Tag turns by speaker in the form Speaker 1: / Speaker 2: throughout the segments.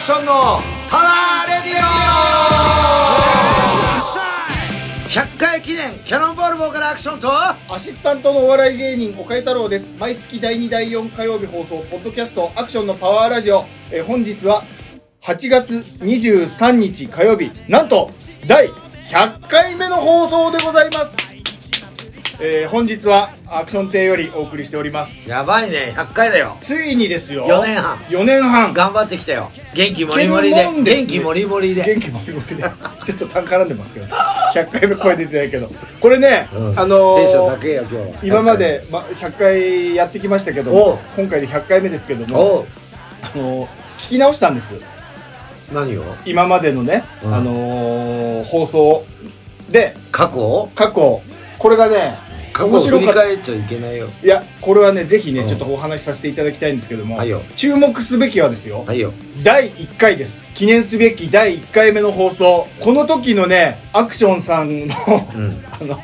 Speaker 1: ションのパワーレディオ100回記念キャノンボールボーカルアクションと
Speaker 2: アシスタントのお笑い芸人岡井太郎です毎月第2第4火曜日放送ポッドキャストアクションのパワーラジオ、えー本日は8月23日火曜日なんと第100回目の放送でございます、えー本日はアクション亭よりお送りしております
Speaker 1: やばいね100回だよ
Speaker 2: ついにですよ
Speaker 1: 4年半
Speaker 2: 4年半
Speaker 1: 頑張ってきたよ元気もりもりで
Speaker 2: いけるもんですね
Speaker 1: 元気もりもりで
Speaker 2: 元気もりもりでちょっと単絡んでますけど100回目超えてないけどこれね、
Speaker 1: うん
Speaker 2: あのー
Speaker 1: テンション高えよ今日は
Speaker 2: 今まで、ま、100回やってきましたけど
Speaker 1: おう
Speaker 2: も今回で100回目ですけども
Speaker 1: おう
Speaker 2: あの聞き直したんです
Speaker 1: 何を
Speaker 2: 今までのね、
Speaker 1: うん
Speaker 2: あのー放送で
Speaker 1: 過去を
Speaker 2: 過去これがね
Speaker 1: 過去を
Speaker 2: 面
Speaker 1: 振
Speaker 2: 白
Speaker 1: り
Speaker 2: かった
Speaker 1: 返っちゃいけないよ
Speaker 2: いやこれはねぜひね、
Speaker 1: うん
Speaker 2: ちょっとお話しさせていただきたいんですけども、
Speaker 1: はいよ
Speaker 2: 注目すべきはですよ、
Speaker 1: はいよ
Speaker 2: 第1回です記念すべき第1回目の放送この時のねアクションさ
Speaker 1: うん
Speaker 2: んのあの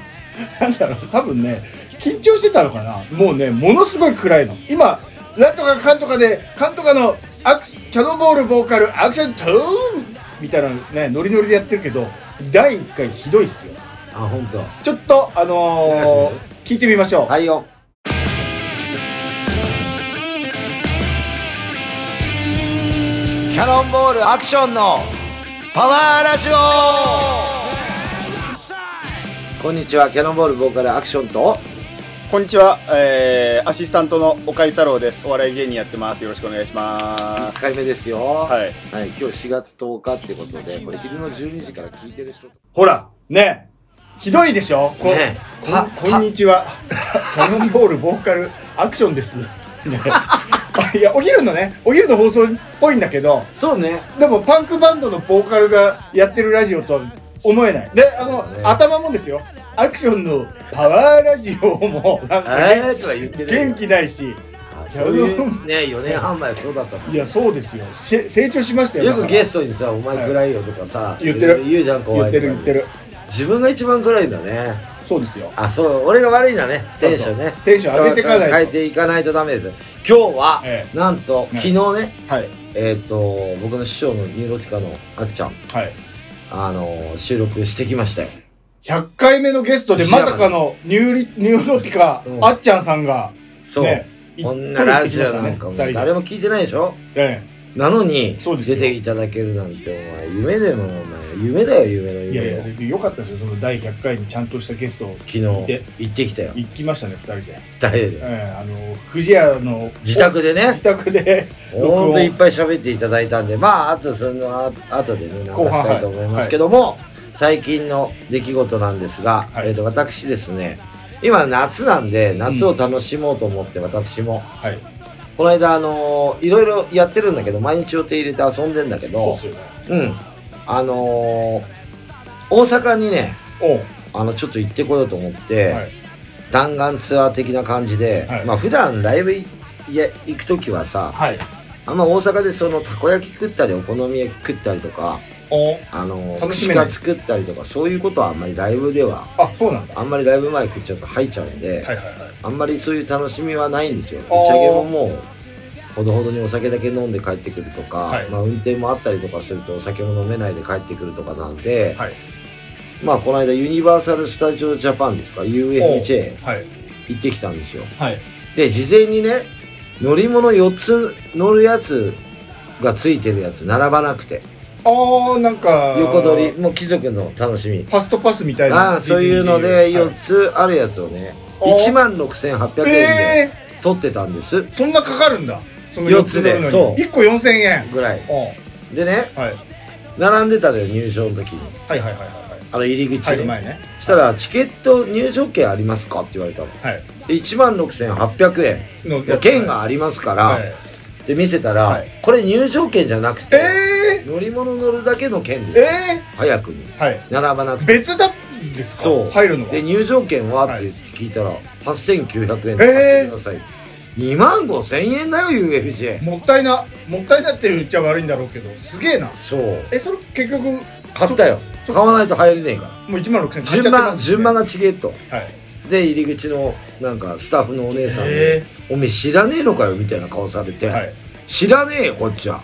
Speaker 2: なんだろう多分ね緊張してたのかなもうねものすごい暗いの今なんとかかんとかでかんとかのアクシキャノンボールボーカルアクショントゥーンみたいなのねノリノリでやってるけど第1回ひどいっすよ
Speaker 1: あ本当。
Speaker 2: ちょっとあのー
Speaker 1: お願いし
Speaker 2: 聞いてみましょう
Speaker 1: はいよキャノンボールアクションのパワーラジオこんにちはキャノンボールボーカルアクションと
Speaker 3: こんにちは、えー、アシスタントの岡井太郎です。お笑い芸人やってます。よろしくお願いしま
Speaker 1: 1
Speaker 3: す。
Speaker 1: 回目ですよ
Speaker 3: はい。
Speaker 1: はい、今日4月10日ってことでこれ昼の12時から聞いてる人
Speaker 2: ほらねひどいでしょこ
Speaker 1: ね
Speaker 2: こ
Speaker 1: は
Speaker 2: こんにちはキャノンボールボーカルアクションです、ね いやお昼のねお昼の放送っぽいんだけど
Speaker 1: そうね
Speaker 2: でもパンクバンドのボーカルがやってるラジオとは思えないであの、
Speaker 1: そうね
Speaker 2: 頭もですよアクションのパワーラジオもなんか、
Speaker 1: え
Speaker 2: ね
Speaker 1: ーとか言ってね
Speaker 2: 元気ないし
Speaker 1: あそういうね4年半前そうだったもん
Speaker 2: いやそうですよし成長しましたよ
Speaker 1: よくゲ
Speaker 2: ス
Speaker 1: ストにさ「お前暗いよ」とかさ
Speaker 2: 言ってる
Speaker 1: 言うじゃん怖
Speaker 2: 言っ
Speaker 1: い
Speaker 2: てる言ってる
Speaker 1: 自分が一番暗いんだね
Speaker 2: そうですよ
Speaker 1: あそう俺が悪いんだね
Speaker 2: そう
Speaker 1: テ
Speaker 2: そ
Speaker 1: ン
Speaker 2: う
Speaker 1: ションね
Speaker 2: テンション上げていかないと
Speaker 1: 変えていかないとダメです今日は、
Speaker 2: え
Speaker 1: なんと
Speaker 2: え
Speaker 1: 昨日ね
Speaker 2: はい
Speaker 1: えっ、と僕の師匠のニューロティカのあっちゃん
Speaker 2: はい
Speaker 1: あの収録してきましたよ
Speaker 2: 100回目のゲストでまさかのニューリニューロティカ、
Speaker 1: うん
Speaker 2: あっちゃんさんが
Speaker 1: そう、
Speaker 2: ね
Speaker 1: こんなラジオなんかもう
Speaker 2: 行ってきましたね
Speaker 1: 誰も聞いてないでしょ
Speaker 2: 二人でえ
Speaker 1: なのに
Speaker 2: そうですよ
Speaker 1: 出ていただけるなんてお前夢でもお前夢だよ夢の
Speaker 2: え
Speaker 1: 夢
Speaker 2: いやいやでよかったですよその第100回にちゃんとしたゲストを
Speaker 1: 昨日
Speaker 2: て
Speaker 1: 行ってきたよ
Speaker 2: 行きましたね2人で、
Speaker 1: 誰
Speaker 2: え
Speaker 1: で
Speaker 2: えあの藤屋の
Speaker 1: 自宅でね
Speaker 2: 自宅で録音
Speaker 1: 本当いっぱい喋っていただいたんで、まあ、あとそのあ後でね、流
Speaker 2: 後半
Speaker 1: したいと思いますけども、最近の出来事なんですが、
Speaker 2: はい
Speaker 1: えー、と私ですね、今夏なんで、夏を楽しもうと思って、私も、
Speaker 2: はい
Speaker 1: この間、あのーいろいろやってるんだけど、毎日予定入れて遊んでんだけ
Speaker 2: そうっ
Speaker 1: ど、
Speaker 2: すよね
Speaker 1: うん、あのー大阪にね、
Speaker 2: おう
Speaker 1: あの、ちょっと行ってこようと思って、
Speaker 2: はい
Speaker 1: 弾丸ツアー的な感じで、
Speaker 2: はい
Speaker 1: まあ、普段ライブいいや行くときはさ、
Speaker 2: はい
Speaker 1: あんま大阪でそのたこ焼き食ったりお好み焼き食ったりとか
Speaker 2: おう
Speaker 1: あの
Speaker 2: 楽し
Speaker 1: 串
Speaker 2: めない
Speaker 1: カツ食ったりとかそういうことはあんまりライブでは
Speaker 2: あそうなんだ
Speaker 1: あんまりライブ前食っちゃうと吐いちゃうんで、
Speaker 2: はいはいはい
Speaker 1: あんまりそういう楽しみはないんですよ打
Speaker 2: あー
Speaker 1: ち上げももうほどほどにお酒だけ飲んで帰ってくるとか、
Speaker 2: はい
Speaker 1: まあ、運転もあったりとかするとお酒も飲めないで帰ってくるとかなんで、
Speaker 2: はい
Speaker 1: まあこの間ユニバーサル・スタジオ・ジャパンですか UFJ
Speaker 2: はい
Speaker 1: 行ってきたんですよ
Speaker 2: はい
Speaker 1: で事前にね乗り物4つ乗るやつがついてるやつ並ばなくて
Speaker 2: ああなんか
Speaker 1: 横取りもう貴族の楽しみ
Speaker 2: ファストパスみたいな
Speaker 1: ああそういうので
Speaker 2: ディズニ
Speaker 1: 4
Speaker 2: ー
Speaker 1: つあるやつをね
Speaker 2: あー
Speaker 1: 1万6800円
Speaker 2: はい
Speaker 1: で
Speaker 2: ええ
Speaker 1: 取ってたんです
Speaker 2: そんなかかるんだその四つ乗るの
Speaker 1: 四つ
Speaker 2: に
Speaker 1: でそう
Speaker 2: 1個4000円
Speaker 1: ぐらい
Speaker 2: おう
Speaker 1: でね
Speaker 2: はい
Speaker 1: 並んでたのよ入場の時に
Speaker 2: はいはいはいはい
Speaker 1: あの入り口
Speaker 2: 入る
Speaker 1: に
Speaker 2: 前ね
Speaker 1: したら「チケット入場券ありますか?」って言われたの
Speaker 2: はい
Speaker 1: で1万6800円
Speaker 2: の
Speaker 1: の券がありますから、
Speaker 2: はい
Speaker 1: で見せたら、
Speaker 2: はい
Speaker 1: これ入場券じゃなく
Speaker 2: え
Speaker 1: て、乗り物乗るだけの券
Speaker 2: ええ
Speaker 1: です早くに
Speaker 2: えはい
Speaker 1: 並ばなくて
Speaker 2: 別だんですか
Speaker 1: そう
Speaker 2: 入るのは
Speaker 1: で入場券はっ
Speaker 2: は
Speaker 1: て
Speaker 2: い
Speaker 1: 聞いたら、8900円で買ってください、2万5000円だよ UFJ
Speaker 2: もったいなもったいなって言っちゃ悪いんだろうけどすげえな
Speaker 1: そう
Speaker 2: えそれ結局も
Speaker 1: 買ったよ
Speaker 2: ち
Speaker 1: 買
Speaker 2: ょ
Speaker 1: わないと入れねえか
Speaker 2: う1
Speaker 1: ら
Speaker 2: 万6000円買っちゃって
Speaker 1: 順
Speaker 2: ま
Speaker 1: 番
Speaker 2: すしね
Speaker 1: 順番がチケット
Speaker 2: はい
Speaker 1: で入り口のなんかスタッフのお姉さんに
Speaker 2: へ
Speaker 1: 「おめえ知らねえのかよ」みたいな顔されて「
Speaker 2: はい
Speaker 1: 知らねえよこっちは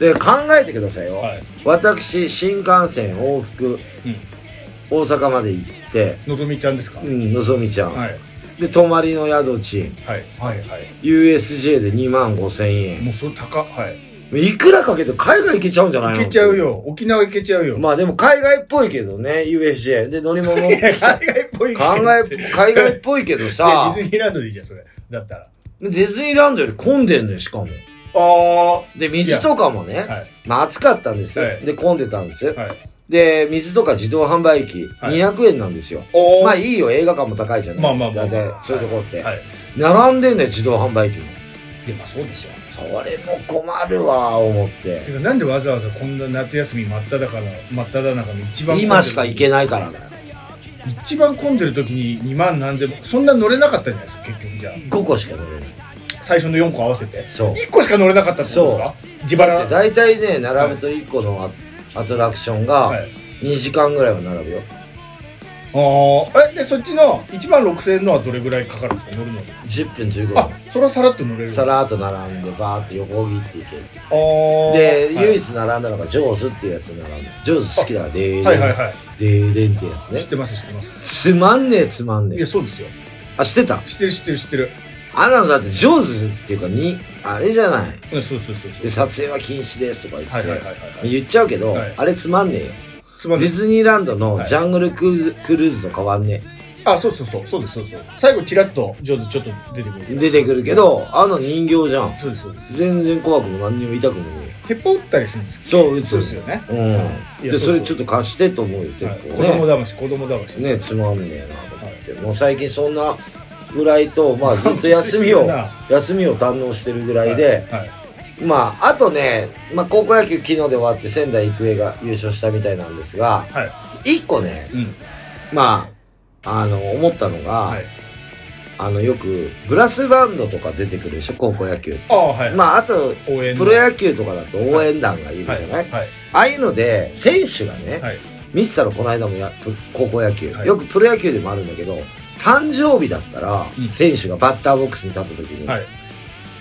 Speaker 1: で考えてくださいよ、
Speaker 2: はい
Speaker 1: 私新幹線往復
Speaker 2: うん
Speaker 1: 大阪まで行って、
Speaker 2: のぞみちゃんですか、
Speaker 1: うん、のぞみちゃん、
Speaker 2: はい
Speaker 1: で泊まりの宿賃
Speaker 2: はいはいはい。
Speaker 1: USJ で2万5千円
Speaker 2: もうそれ高はい。
Speaker 1: いくらかけて海外行けちゃうんじゃないの
Speaker 2: 行けちゃうよ。沖縄行けちゃうよ。
Speaker 1: まあでも海外っぽいけどね USJ で乗り物も来
Speaker 2: 海外
Speaker 1: た
Speaker 2: っぽいけど
Speaker 1: 考え海外っぽいけど
Speaker 2: いや
Speaker 1: さ
Speaker 2: ディズニーランドでいいじゃんそれ。だったら。
Speaker 1: ディズニーランドより混んでんのよしかも
Speaker 2: ああ。は
Speaker 1: で水とかもね、
Speaker 2: いはい
Speaker 1: まあ暑かったんです、
Speaker 2: はい
Speaker 1: で混んでたんです、で水とか自動販売機
Speaker 2: はい
Speaker 1: 200円なんですよ、
Speaker 2: おー
Speaker 1: まあいいよ映画館も高いじゃない
Speaker 2: まあまあまあ
Speaker 1: 大体そういうとこって、
Speaker 2: はい。
Speaker 1: 並んでんのよ自動販売機も
Speaker 2: いやまあそうでしょ。
Speaker 1: それも困るわ思って
Speaker 2: てかなんでわざわざこんな夏休み真っ只中の真っ只中の一番
Speaker 1: 今しか行け
Speaker 2: ない
Speaker 1: ないからだよ
Speaker 2: 一番混んでる時に2万何千もそんな乗れなかったんじゃないですか結局じゃ
Speaker 1: 5個しか乗れない
Speaker 2: あ最初の4個合わせて
Speaker 1: そう
Speaker 2: 1個しか乗れなかったってことですか自腹
Speaker 1: で大体ね並ぶと1個のア,、トラクション
Speaker 2: は
Speaker 1: が
Speaker 2: い
Speaker 1: 2時間ぐらいは並ぶよ
Speaker 2: ああえでそっちの1万6000円のはどれぐらいかかるんですか乗るのに
Speaker 1: 10分15
Speaker 2: あ
Speaker 1: 分
Speaker 2: それはさらっと乗れる
Speaker 1: さ
Speaker 2: ら
Speaker 1: らーっと並んでバーって横切っていける
Speaker 2: で
Speaker 1: で、唯一並んだのがジョーズっていうやつに並んでジョーズ好きだからでーでん、
Speaker 2: はいはいはい
Speaker 1: でーでんってやつね
Speaker 2: 知ってます知ってます
Speaker 1: つまんねえつまんね
Speaker 2: い
Speaker 1: え
Speaker 2: やそうですよ
Speaker 1: あ知ってた
Speaker 2: 知ってる知ってる知ってる
Speaker 1: あんなのだってジョーズっていうかにあれじゃない
Speaker 2: うんそうそうそう
Speaker 1: で
Speaker 2: そう
Speaker 1: 撮影は禁止ですとか言って、
Speaker 2: はいはいはいはい
Speaker 1: 言っちゃうけど、
Speaker 2: はい
Speaker 1: あれつまんねえよ
Speaker 2: つ
Speaker 1: デ
Speaker 2: まんない
Speaker 1: ィズニーランドのジャングルクルーズ,、クルーズと変わんね
Speaker 2: あそうそうそうそうですそうです最後チラッと上手ちょっと出てく
Speaker 1: え
Speaker 2: る
Speaker 1: 出てくるけどあの人形じゃん
Speaker 2: そうですそうです
Speaker 1: 全然怖くも何にも痛くもね
Speaker 2: 鉄砲撃ったりするんです
Speaker 1: えそう打
Speaker 2: そうで
Speaker 1: つ
Speaker 2: すよね、
Speaker 1: うん
Speaker 2: い
Speaker 1: で
Speaker 2: や
Speaker 1: そ
Speaker 2: そ
Speaker 1: う
Speaker 2: そう
Speaker 1: れちょっと貸してと思うよ結
Speaker 2: はい、
Speaker 1: 構
Speaker 2: 子供
Speaker 1: ね
Speaker 2: だまし子供だまし
Speaker 1: ねつまんねえなと思って、もう最近そんなぐらいとまあずっと休み
Speaker 2: そう
Speaker 1: を
Speaker 2: だな
Speaker 1: 休みを堪能してるぐら
Speaker 2: はいい
Speaker 1: で、
Speaker 2: はい
Speaker 1: まあ、あとね、まあ、高校野球昨日で終わって仙台育英が優勝したみたいなんですが、
Speaker 2: はい
Speaker 1: 一個ね、
Speaker 2: うん
Speaker 1: まあ、あの、思ったのが、
Speaker 2: はい
Speaker 1: あの、よくブラスバンドとか出てくるでしょ、高校野球。
Speaker 2: ああはい、
Speaker 1: まあ、あと、
Speaker 2: 応援
Speaker 1: プロ野球とかだと応援団がいるじゃ
Speaker 2: は
Speaker 1: ないい、
Speaker 2: はいはい
Speaker 1: ああいうので、選手がね、
Speaker 2: はい
Speaker 1: 見てたのこの間もやプ高校野球、
Speaker 2: はい
Speaker 1: よくプロ野球でもあるんだけど、誕生日だったら、
Speaker 2: うん
Speaker 1: 選手がバッターボックスに立った時に、
Speaker 2: はい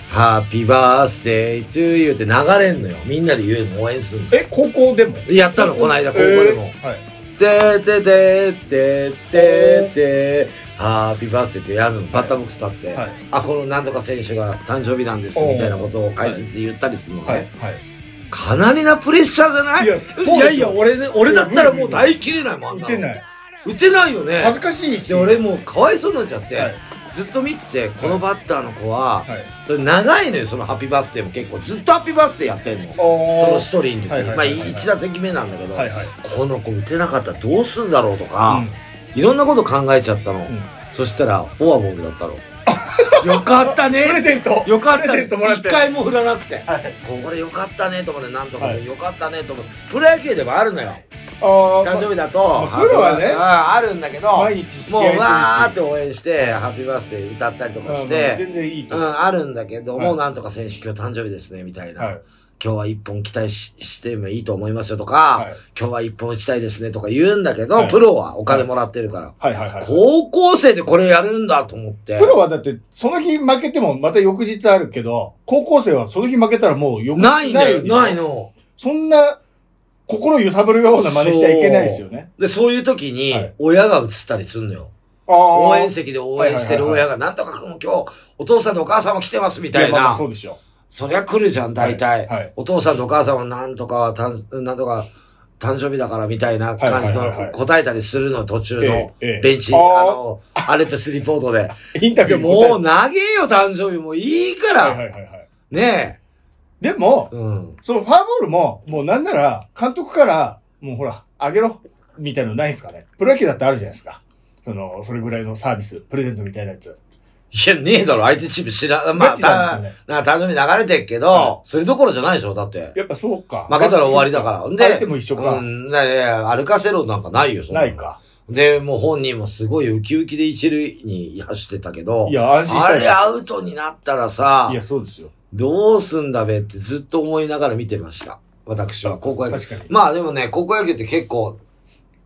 Speaker 1: ハッピーバースデートゥーユーって流れんのよ。みんなで言うの応援するの。
Speaker 2: え高校でも
Speaker 1: やったの、この間、高校でも。
Speaker 2: えーはい
Speaker 1: てーてーてーてーてーてー、ハッピーバースデーってやるの、バッターボックス立って、
Speaker 2: はい
Speaker 1: あ、このなんとか選手が誕生日なんです、
Speaker 2: おー
Speaker 1: みたいなことを解説で言ったりするのね。
Speaker 2: はい
Speaker 1: かなりなプレッシャーじゃないい
Speaker 2: や
Speaker 1: いやいや、俺ね、俺だったらもう耐えきれないもん、あんな
Speaker 2: 打
Speaker 1: の
Speaker 2: てない
Speaker 1: 打てないよね。
Speaker 2: 恥ずかしいし
Speaker 1: で、俺もうかわいそうになっちゃって、
Speaker 2: はい
Speaker 1: ずっと見てて、このバッターの子は、
Speaker 2: はい
Speaker 1: それ長いのよ、そのハッピーバースデーも結構。ずっとハッピーバースデーやってんの。その一人の時、
Speaker 2: はいはい
Speaker 1: まあ
Speaker 2: はいはい
Speaker 1: 1打席目なんだけど、
Speaker 2: はいはい
Speaker 1: この子打てなかったらどうするんだろうとか、
Speaker 2: うん
Speaker 1: いろんなこと考えちゃったの、
Speaker 2: ん
Speaker 1: そしたらフォアボールだった のよかった
Speaker 2: プレ
Speaker 1: ね
Speaker 2: ゼント
Speaker 1: よかっ
Speaker 2: プ
Speaker 1: た
Speaker 2: レ
Speaker 1: ね
Speaker 2: ゼントもらっ
Speaker 1: 一
Speaker 2: て
Speaker 1: 回も振らなくて、
Speaker 2: はい
Speaker 1: これよかったねと思ってなんとか、
Speaker 2: はい
Speaker 1: よかったねと思ってプロ野球でもあるのよ
Speaker 2: あ
Speaker 1: 誕生
Speaker 2: あ
Speaker 1: 日だと、
Speaker 2: まあプロはね
Speaker 1: うんあるんだけど
Speaker 2: 毎日試合
Speaker 1: もう
Speaker 2: するし
Speaker 1: わーって応援してハッピーバースデー歌ったりとかし
Speaker 2: あ
Speaker 1: て
Speaker 2: 全然いいと
Speaker 1: う
Speaker 2: は
Speaker 1: ん、あるんだけども、
Speaker 2: はい
Speaker 1: なんとか選手今日誕生日ですね、みたいな。
Speaker 2: い
Speaker 1: 今日は一本期待ししてもいいと思いますよとか、
Speaker 2: はい
Speaker 1: 今日は一本打ちたいですねとか言うんだけど、
Speaker 2: はい
Speaker 1: プロはお金もらってるから、
Speaker 2: はいはいはい
Speaker 1: 高校生でこれやるんだと思って。
Speaker 2: プロはだって、その日負けてもまた翌日あるけど、高校生はその日負けたらもう翌日
Speaker 1: ないんだよ、
Speaker 2: でしょ
Speaker 1: ない。の。
Speaker 2: そんな、心揺さぶるような真似しちゃいけないですよね。
Speaker 1: で、そういう時に
Speaker 2: はい、
Speaker 1: 親が映ったりすんのよ。
Speaker 2: ああ
Speaker 1: 応援席で応援してる親が、なんとか君も今日、お父さんとお母さんも来てますみ
Speaker 2: み
Speaker 1: たいな。
Speaker 2: そうでしょ。
Speaker 1: そりゃ来るじゃん、大体。
Speaker 2: はいはい
Speaker 1: お父さんとお母さんはなんとかはたん、なんとか、誕生日だからみたいな感じ
Speaker 2: はいはいはいは
Speaker 1: の
Speaker 2: い
Speaker 1: 答えたりするの、途中の
Speaker 2: ええええ
Speaker 1: ベンチ、
Speaker 2: あ
Speaker 1: あ
Speaker 2: ー
Speaker 1: の、アルプスリポート で。
Speaker 2: インタビュー答え
Speaker 1: もう長えよ、誕生日。もういいか
Speaker 2: はいはい
Speaker 1: ら。
Speaker 2: はいはい。
Speaker 1: ね
Speaker 2: でも、
Speaker 1: え。うん。
Speaker 2: そのファーボールも、もうなんなら、監督から、もうほら、あげろ、みたいなのないんですかね。プロ野球だってあるじゃないですか。その、それぐらいのサービス、プレゼントみたいなやつ。
Speaker 1: いや、ねえだろ、相手チーム知ら、まあ、
Speaker 2: ガチな
Speaker 1: た
Speaker 2: んです
Speaker 1: な誕生日流れてっけ
Speaker 2: は
Speaker 1: ど、それどころじゃないでしょ、だって。
Speaker 2: やっぱそうか。
Speaker 1: 負けたら終わりだから。んで、
Speaker 2: 相手も一緒か
Speaker 1: う。ん、だから歩かせろなんかないよ、そん
Speaker 2: ない。か。
Speaker 1: で、もう本人もすごいウキウキで一塁に走ってたけど、
Speaker 2: いや、安心し
Speaker 1: あ
Speaker 2: たい
Speaker 1: れ
Speaker 2: で
Speaker 1: アウトになったらさ
Speaker 2: す。い、や、そうですよ。
Speaker 1: どうすんだべってずっと思いながら見てました。私は高校野球。
Speaker 2: 確かに。
Speaker 1: まあでもね、高校野球って結構、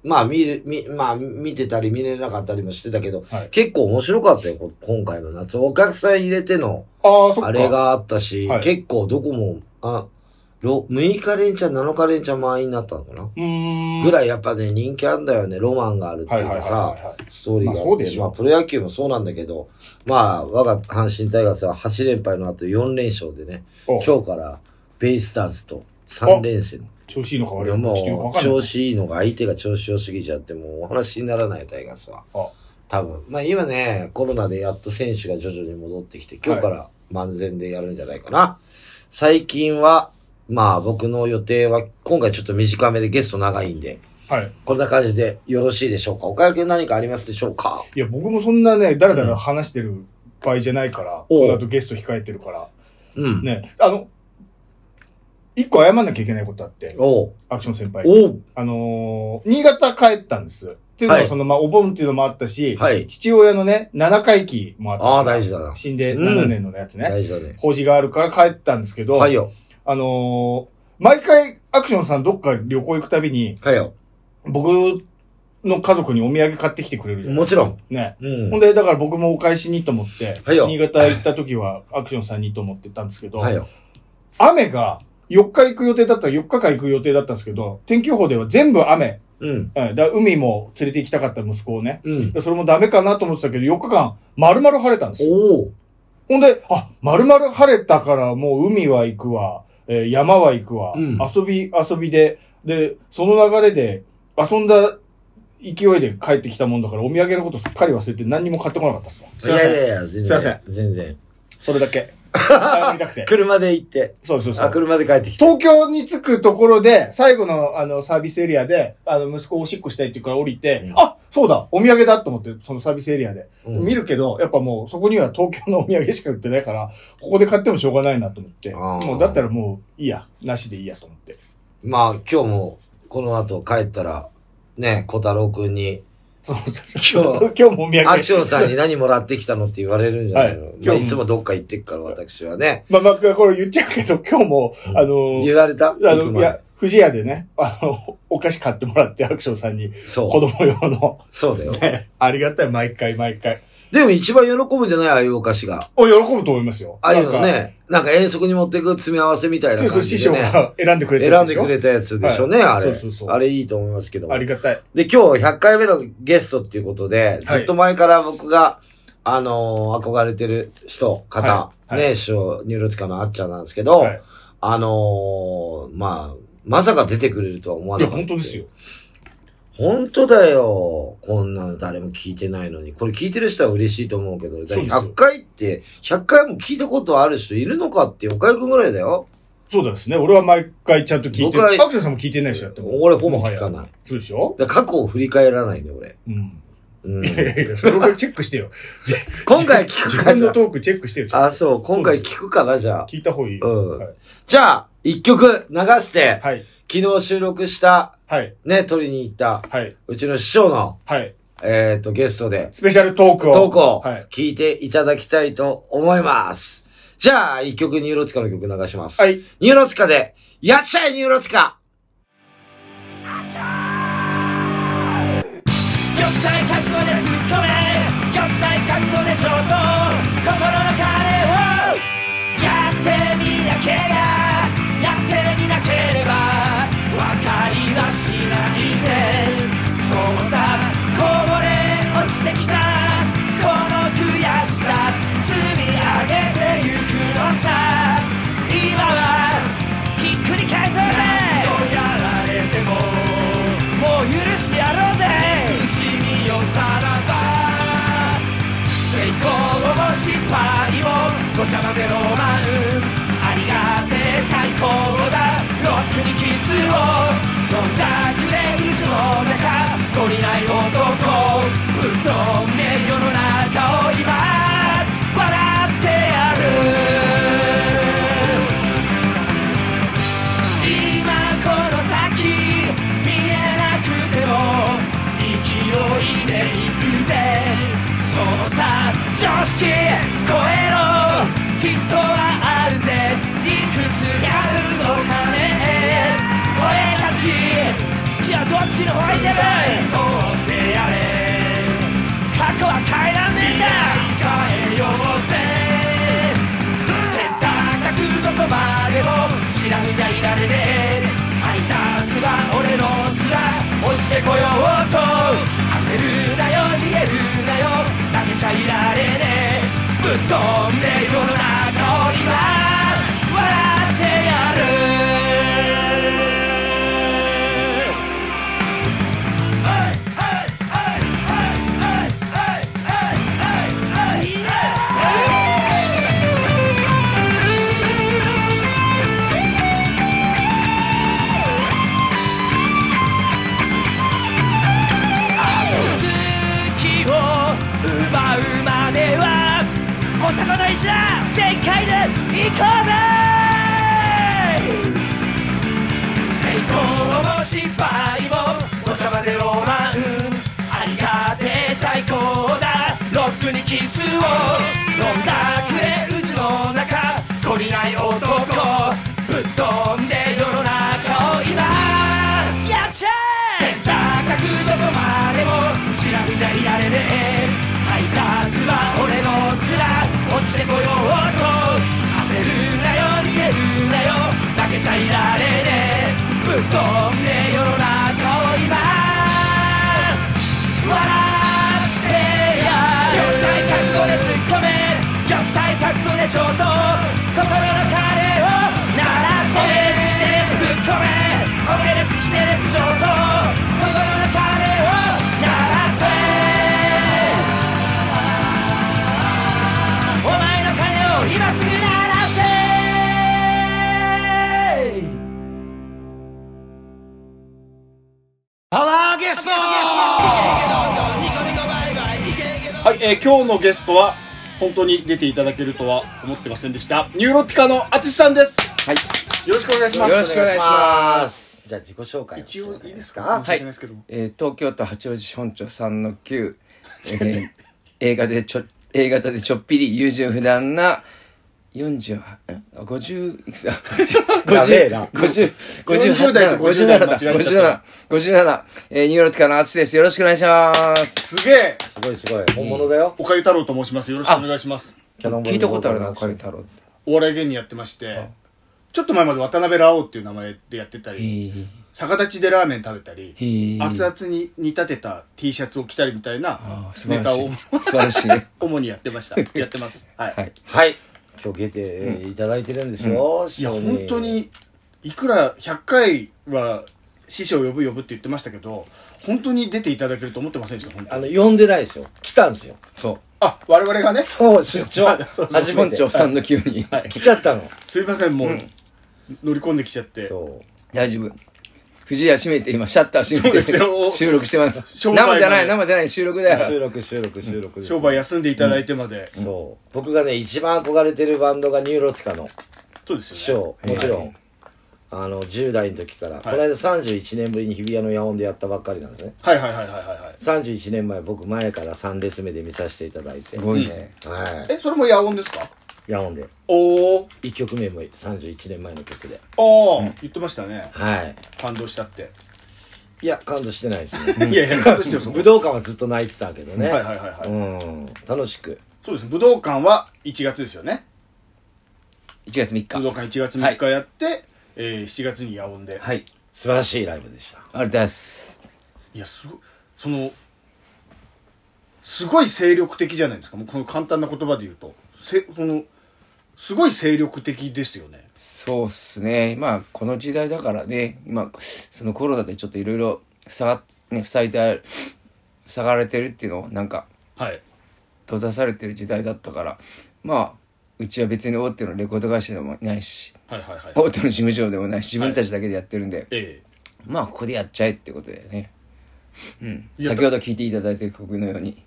Speaker 1: まあ見る、見、まあ見てたり見れなかったりもしてたけど、
Speaker 2: はい
Speaker 1: 結構面白かったよ、こ今回の夏。お客さん入れての、
Speaker 2: ああ、そっか。
Speaker 1: あれがあったし、
Speaker 2: はい
Speaker 1: 結構どこも、あ、ろ6日連チャン、7日連チャン満員になったのかな
Speaker 2: うーん。
Speaker 1: ぐ
Speaker 2: い。
Speaker 1: らいやっぱね、人気あんだよね。ロマンがあるって
Speaker 2: はいいは
Speaker 1: う
Speaker 2: いはい
Speaker 1: か
Speaker 2: は
Speaker 1: さ
Speaker 2: い、はい。
Speaker 1: ストーリーが
Speaker 2: まあそ
Speaker 1: あ
Speaker 2: う
Speaker 1: っ
Speaker 2: で
Speaker 1: て、
Speaker 2: しょ
Speaker 1: まあ、プロ野球もそうなんだけど、まあ、我が阪神タイガースは8連敗の後4連勝でね、
Speaker 2: お
Speaker 1: 今日からベイスターズと3連戦。
Speaker 2: 調子いいのか
Speaker 1: い
Speaker 2: 悪い
Speaker 1: や
Speaker 2: のかちょっとよく
Speaker 1: も
Speaker 2: わ
Speaker 1: う、
Speaker 2: かんない。
Speaker 1: 調子いいのが相手が調子良すぎちゃって、もうお話にならないタイガースは
Speaker 2: あ。
Speaker 1: 多分。まあ今ね、コロナでやっと選手が徐々に戻ってきて、今日から万全でやるんじゃないかな。最近は、まあ僕の予定は、今回ちょっと短めでゲスト長いんで、
Speaker 2: はい。
Speaker 1: こんな感じでよろしいでしょうかおかげ何かありますでしょうか
Speaker 2: いや、僕もそんなね、だらだら話してる場合じゃないから、
Speaker 1: おう
Speaker 2: この後ゲスト控えてるから、
Speaker 1: うん。
Speaker 2: ね、あの、一個謝んなきゃいけないことあって、
Speaker 1: おう
Speaker 2: アクション先輩。
Speaker 1: おう
Speaker 2: あのー新潟帰ったんです。っていうの
Speaker 1: は
Speaker 2: は、
Speaker 1: い
Speaker 2: その、まあ、お盆っていうのもあったし、
Speaker 1: はい。
Speaker 2: 父親のね、七回忌もあった。
Speaker 1: ああ、大事だな。
Speaker 2: 死んで
Speaker 1: うん
Speaker 2: 7年のやつね。
Speaker 1: 大事だね。
Speaker 2: 法事があるから帰ったんですけど、
Speaker 1: はいよ。
Speaker 2: あのー毎回アクションさんどっか旅行行くたびに、
Speaker 1: はいよ。
Speaker 2: 僕の家族にお土産買ってきてくれるじゃん。
Speaker 1: もちろん。
Speaker 2: ね。
Speaker 1: う
Speaker 2: ほん
Speaker 1: ん。
Speaker 2: で、だから僕もお返しにと思って、
Speaker 1: はいよ
Speaker 2: 新潟行った時はアクションさんにと思ってたんですけど、
Speaker 1: はいよ。
Speaker 2: 雨が4日行く予定だったら4日間行く予定だったんですけど、天気予報では全部雨。
Speaker 1: うん。
Speaker 2: うん、だから海も連れて行きたかった息子をね。
Speaker 1: うん。
Speaker 2: でそれもダメかなと思ってたけど、4日間丸々晴れたんですよ。
Speaker 1: おう
Speaker 2: ほんで、あ、丸々晴れたからもう海は行くわ、えー山は行くわ、
Speaker 1: うん
Speaker 2: 遊び遊びで、で、その流れで遊んだ勢いで帰ってきたもんだから、お土産のことすっかり忘れて何にも買ってこなかったっすわ。すいま
Speaker 1: やい
Speaker 2: せ
Speaker 1: や
Speaker 2: ん。
Speaker 1: いや、全然。
Speaker 2: すいません
Speaker 1: 全然。
Speaker 2: それだ け。謝りたくて。
Speaker 1: 車で行って。
Speaker 2: そうそうそ
Speaker 1: あ、
Speaker 2: う。
Speaker 1: 車で帰ってきて。
Speaker 2: 東京に着くところで、最後のあのサービスエリアで、あの息子をおしっこしたいっていうから降りて、
Speaker 1: うん
Speaker 2: あ、そうだ、お土産だと思って、そのサービスエリアで。
Speaker 1: うん
Speaker 2: 見るけど、やっぱもうそこには東京のお土産しか売ってないから、ここで買ってもしょうがないなと思って、
Speaker 1: あー
Speaker 2: もうだったらもういいや、なしでいいやと思って。
Speaker 1: まあ、今日も、この後帰ったら、ね、小太郎くんに、
Speaker 2: そう
Speaker 1: 今日
Speaker 2: 今日もお土
Speaker 1: アク
Speaker 2: 産。
Speaker 1: ションさんに何もらってきたのって言われるんじゃないの、
Speaker 2: はいい
Speaker 1: まあ、
Speaker 2: 今日
Speaker 1: いつもどっか行ってっから、私はね。
Speaker 2: まあ、まあ、これ言っちゃうけど、今日も、あの
Speaker 1: 言われた
Speaker 2: あ
Speaker 1: 行く
Speaker 2: の、い
Speaker 1: 前
Speaker 2: や、富士屋でね、あの、お菓子買ってもらって、アクションさんに、子
Speaker 1: そう。
Speaker 2: 供用 の、
Speaker 1: そうだよ。
Speaker 2: ねありがたい、毎回毎回。
Speaker 1: でも一番喜ぶんじゃないああいうお菓子が。
Speaker 2: お、喜ぶと思いますよ。
Speaker 1: ああいうの
Speaker 2: なんか。
Speaker 1: ね、なんか遠足に持ってく詰め合わせみたいな
Speaker 2: そうそ
Speaker 1: 感
Speaker 2: う、師
Speaker 1: じでね。
Speaker 2: 匠が選んでくれて
Speaker 1: 選んでく
Speaker 2: る
Speaker 1: れたやつでしょうね、
Speaker 2: はい
Speaker 1: あれ。
Speaker 2: そうそうそう
Speaker 1: あれいいと思いますけども
Speaker 2: ありがたい。
Speaker 1: で、今日100回目のゲストっていうことで、
Speaker 2: はい
Speaker 1: ずっと前から僕が、あのー憧れてる人、方、
Speaker 2: はいはい
Speaker 1: ね、師匠、ニューロティカのあっちゃんなんですけど、
Speaker 2: はい
Speaker 1: あのーまあ、まさか出てくれるとは思わ
Speaker 2: い
Speaker 1: な
Speaker 2: や、
Speaker 1: かった。
Speaker 2: 本当ですよ。。
Speaker 1: 本当だよ。こんなの誰も聞いてないのに。これ聞いてる人は嬉しいと思うけど、だから
Speaker 2: そうですよ
Speaker 1: 100回って、100回も聞いたことある人いるのかって、おかゆくんぐらいだよ。
Speaker 2: そうですね。俺は毎回ちゃんと聞いて
Speaker 1: 僕
Speaker 2: る。
Speaker 1: は
Speaker 2: アクションさんも聞いてないでしょ、だってもう
Speaker 1: 俺ほぼ聞
Speaker 2: も
Speaker 1: か
Speaker 2: はや
Speaker 1: ない。
Speaker 2: そうでしょ
Speaker 1: だから過去を振り返らないね、俺。
Speaker 2: うん。
Speaker 1: うん、
Speaker 2: いやいや、それ俺チェックしてよ。
Speaker 1: 今回聞く
Speaker 2: 自
Speaker 1: か
Speaker 2: 分
Speaker 1: じゃ
Speaker 2: の
Speaker 1: あ
Speaker 2: トークチェックしてよ。ちゃん
Speaker 1: あ、そう、今回聞くかな、じゃあ
Speaker 2: と。聞いた方がいい。
Speaker 1: うん
Speaker 2: はい
Speaker 1: じゃあ、一曲流して、
Speaker 2: はい。
Speaker 1: 昨日収録した、
Speaker 2: はい。
Speaker 1: ね、撮りに行った、
Speaker 2: はい。
Speaker 1: うちの師匠の、
Speaker 2: はい。
Speaker 1: えっ、と、ゲストで、
Speaker 2: スペシャルトークを。
Speaker 1: トークを
Speaker 2: はい。
Speaker 1: 聞いていただきたいと思います。じゃあ、一曲ニューロツカの曲流します。
Speaker 2: はい。
Speaker 1: ニューロツカで、やっちゃえニューロツカ
Speaker 4: 玉砕覚悟で突っ込め玉砕覚悟で上等心のカレーをやってみなけりゃやってみなければわかりはしないぜそうさこぼれ落ちてきたこの悔しさ積み上げてゆくのさ今はひっくり返せ何度やられてももう許してやろうぜ苦しみをさらば成功も失敗もごちゃまぜロマンありがてえ最高だロックにキスを飲んだくれ水の中懲りない男ぶっ飛んで世の中を今笑ってやる今この先見えなくても勢いで行くぜそのさ常識超えろ人はあるぜいくつじゃ動かねえ俺たち好きはどっちの方がいいやろ通ってやれ過去は変えらんねえんだ変えようぜ高くどこまでもしらみじゃいられしてこようと焦るなよ逃げるなよ投げちゃいられねえぶっ飛んで世の中を今笑ってやるはいはいはいはいはいはいはいはいはい月を奪うまではもたこの石だ全開で行こうぜ成功も失敗もお茶までロマンありがてえ最高だロックにキスを飲んだくれ渦の中懲りない男ぶっ飛んで世の中を今やっちゃえ高くどこまでもしらみじゃいられねえ配達は俺の面落ちてこようと焦るなよ逃げるなよ負けちゃいられねえぶっ飛んで世の中を今笑ってやる玉砕覚悟で突っ込め玉砕覚悟で上等心の鐘を鳴らせ俺で突きて列ぶっ込め俺で突きて列上等心の鐘を鳴らせお前の鐘を今すぐ鳴らせ
Speaker 2: はい、えー今日のゲストは本当に出ていただけるとは思ってませんでしたニューロピカのあつしさんです
Speaker 5: はい
Speaker 2: よろしくお願いします
Speaker 5: よろしくお願いします。
Speaker 1: じゃあ自己紹介を
Speaker 2: 一応いいですか
Speaker 1: は
Speaker 2: 申し
Speaker 1: い。
Speaker 2: 訳ないですけども
Speaker 5: えー東京都八王子本町3の9、えー A 型でちょ、A 型でちょっぴり優柔不断な、48、えあ50、いくつ だ
Speaker 1: やべえな
Speaker 5: ?50、50、
Speaker 2: 40代と50代間違えちゃった
Speaker 5: 57、57、えーニューロティカのアツシです。よろしくお願いします。
Speaker 2: すげえ
Speaker 1: すごいすごい。本物だよ。
Speaker 2: おかゆ太郎と申しますよろしくお願いします
Speaker 5: 聞いたことあるな、おかげ太郎って。
Speaker 2: お笑い芸人やってましてちょっと前まで渡辺ラオウっていう名前でやってた
Speaker 5: へ
Speaker 2: り
Speaker 5: ー
Speaker 2: 逆立ちでラーメン食べたり
Speaker 5: へー
Speaker 2: 熱々に煮立てた T シャツを着たりみたいな
Speaker 5: あー素
Speaker 2: ネ
Speaker 5: 晴ら
Speaker 2: タ
Speaker 5: し
Speaker 2: を
Speaker 5: い。素晴らしい。
Speaker 2: 主にやってましたやってますはい、、
Speaker 5: はいい。
Speaker 1: はい。今日出ていただいてるんですよ。い
Speaker 2: や本当。にいくら100回は師匠呼ぶ呼ぶって言ってましたけど本当に出ていただけると思ってませんでした本当
Speaker 1: あ
Speaker 2: に
Speaker 1: の、呼んでないですよ。来たんですよ。
Speaker 5: そう。
Speaker 2: あ我々がね
Speaker 1: そう、出張。初め
Speaker 5: 本
Speaker 1: て。
Speaker 5: 町3の9に。
Speaker 1: 来ちゃったの。
Speaker 2: すいませんもう、乗り込んできちゃって
Speaker 1: そう。
Speaker 5: 大丈夫。藤井は閉めて、今、シャッター閉
Speaker 2: そうで
Speaker 5: め
Speaker 2: すよ
Speaker 5: て、収録してます。
Speaker 2: 商売まで
Speaker 5: 生じゃない、生じゃない、収録だ
Speaker 1: 収
Speaker 5: よ。
Speaker 1: 録、収録、収録です。
Speaker 2: 商売休んでいただいてまで、
Speaker 1: そう。僕がね、一番憧れてるバンドがニューロティカの
Speaker 2: そうですよね
Speaker 1: 師匠。もちろん。あの、10代の時から。この間31年ぶりに日比谷の野音でやったばっかりなんですね。
Speaker 2: はいはいはいはいはいはい
Speaker 1: 31年前、僕前から3列目で見させていただいて。す
Speaker 5: すごいね。
Speaker 1: は
Speaker 2: えそれも野音ですか
Speaker 1: い。野音で。
Speaker 2: おお
Speaker 1: 1曲目も31年前の曲で。
Speaker 2: ああ、言ってましたね
Speaker 1: はい。
Speaker 2: 感動したって、
Speaker 1: いや、感動してないですね。
Speaker 2: いやいや感動してよそ こ
Speaker 1: 武道館はずっと泣いてたけどね。
Speaker 2: はいはいはいはい
Speaker 1: うん。楽しく。
Speaker 2: そうですね武道館は1月ですよね
Speaker 5: 1月3
Speaker 2: 武道
Speaker 5: 日。
Speaker 2: 館1月3日やって、えー7月に野音で、
Speaker 5: はい。
Speaker 1: 素晴らしいライブでした。
Speaker 5: あれです。
Speaker 2: いやすごいそのすごい精力的じゃないですかもうこの簡単な言葉で言うとせこのすごい精力的ですよね
Speaker 5: そうっすね。まあ、この時代だからね、今、そのコロナでちょっといろいろ、塞がっ、ね、塞いである、塞がれてるっていうのを、なんか、
Speaker 2: はい
Speaker 5: 閉ざされてる時代だったから、まあ、うちは別に大手のレコード会社でもないし、
Speaker 2: はいはいはい
Speaker 5: 大手の事務所でもないし、自分たちだけでやってるんで、
Speaker 2: え
Speaker 5: まあ、ここでやっちゃえってことだよね。うん。
Speaker 2: いや
Speaker 5: 先ほど聞いていただいた曲のように。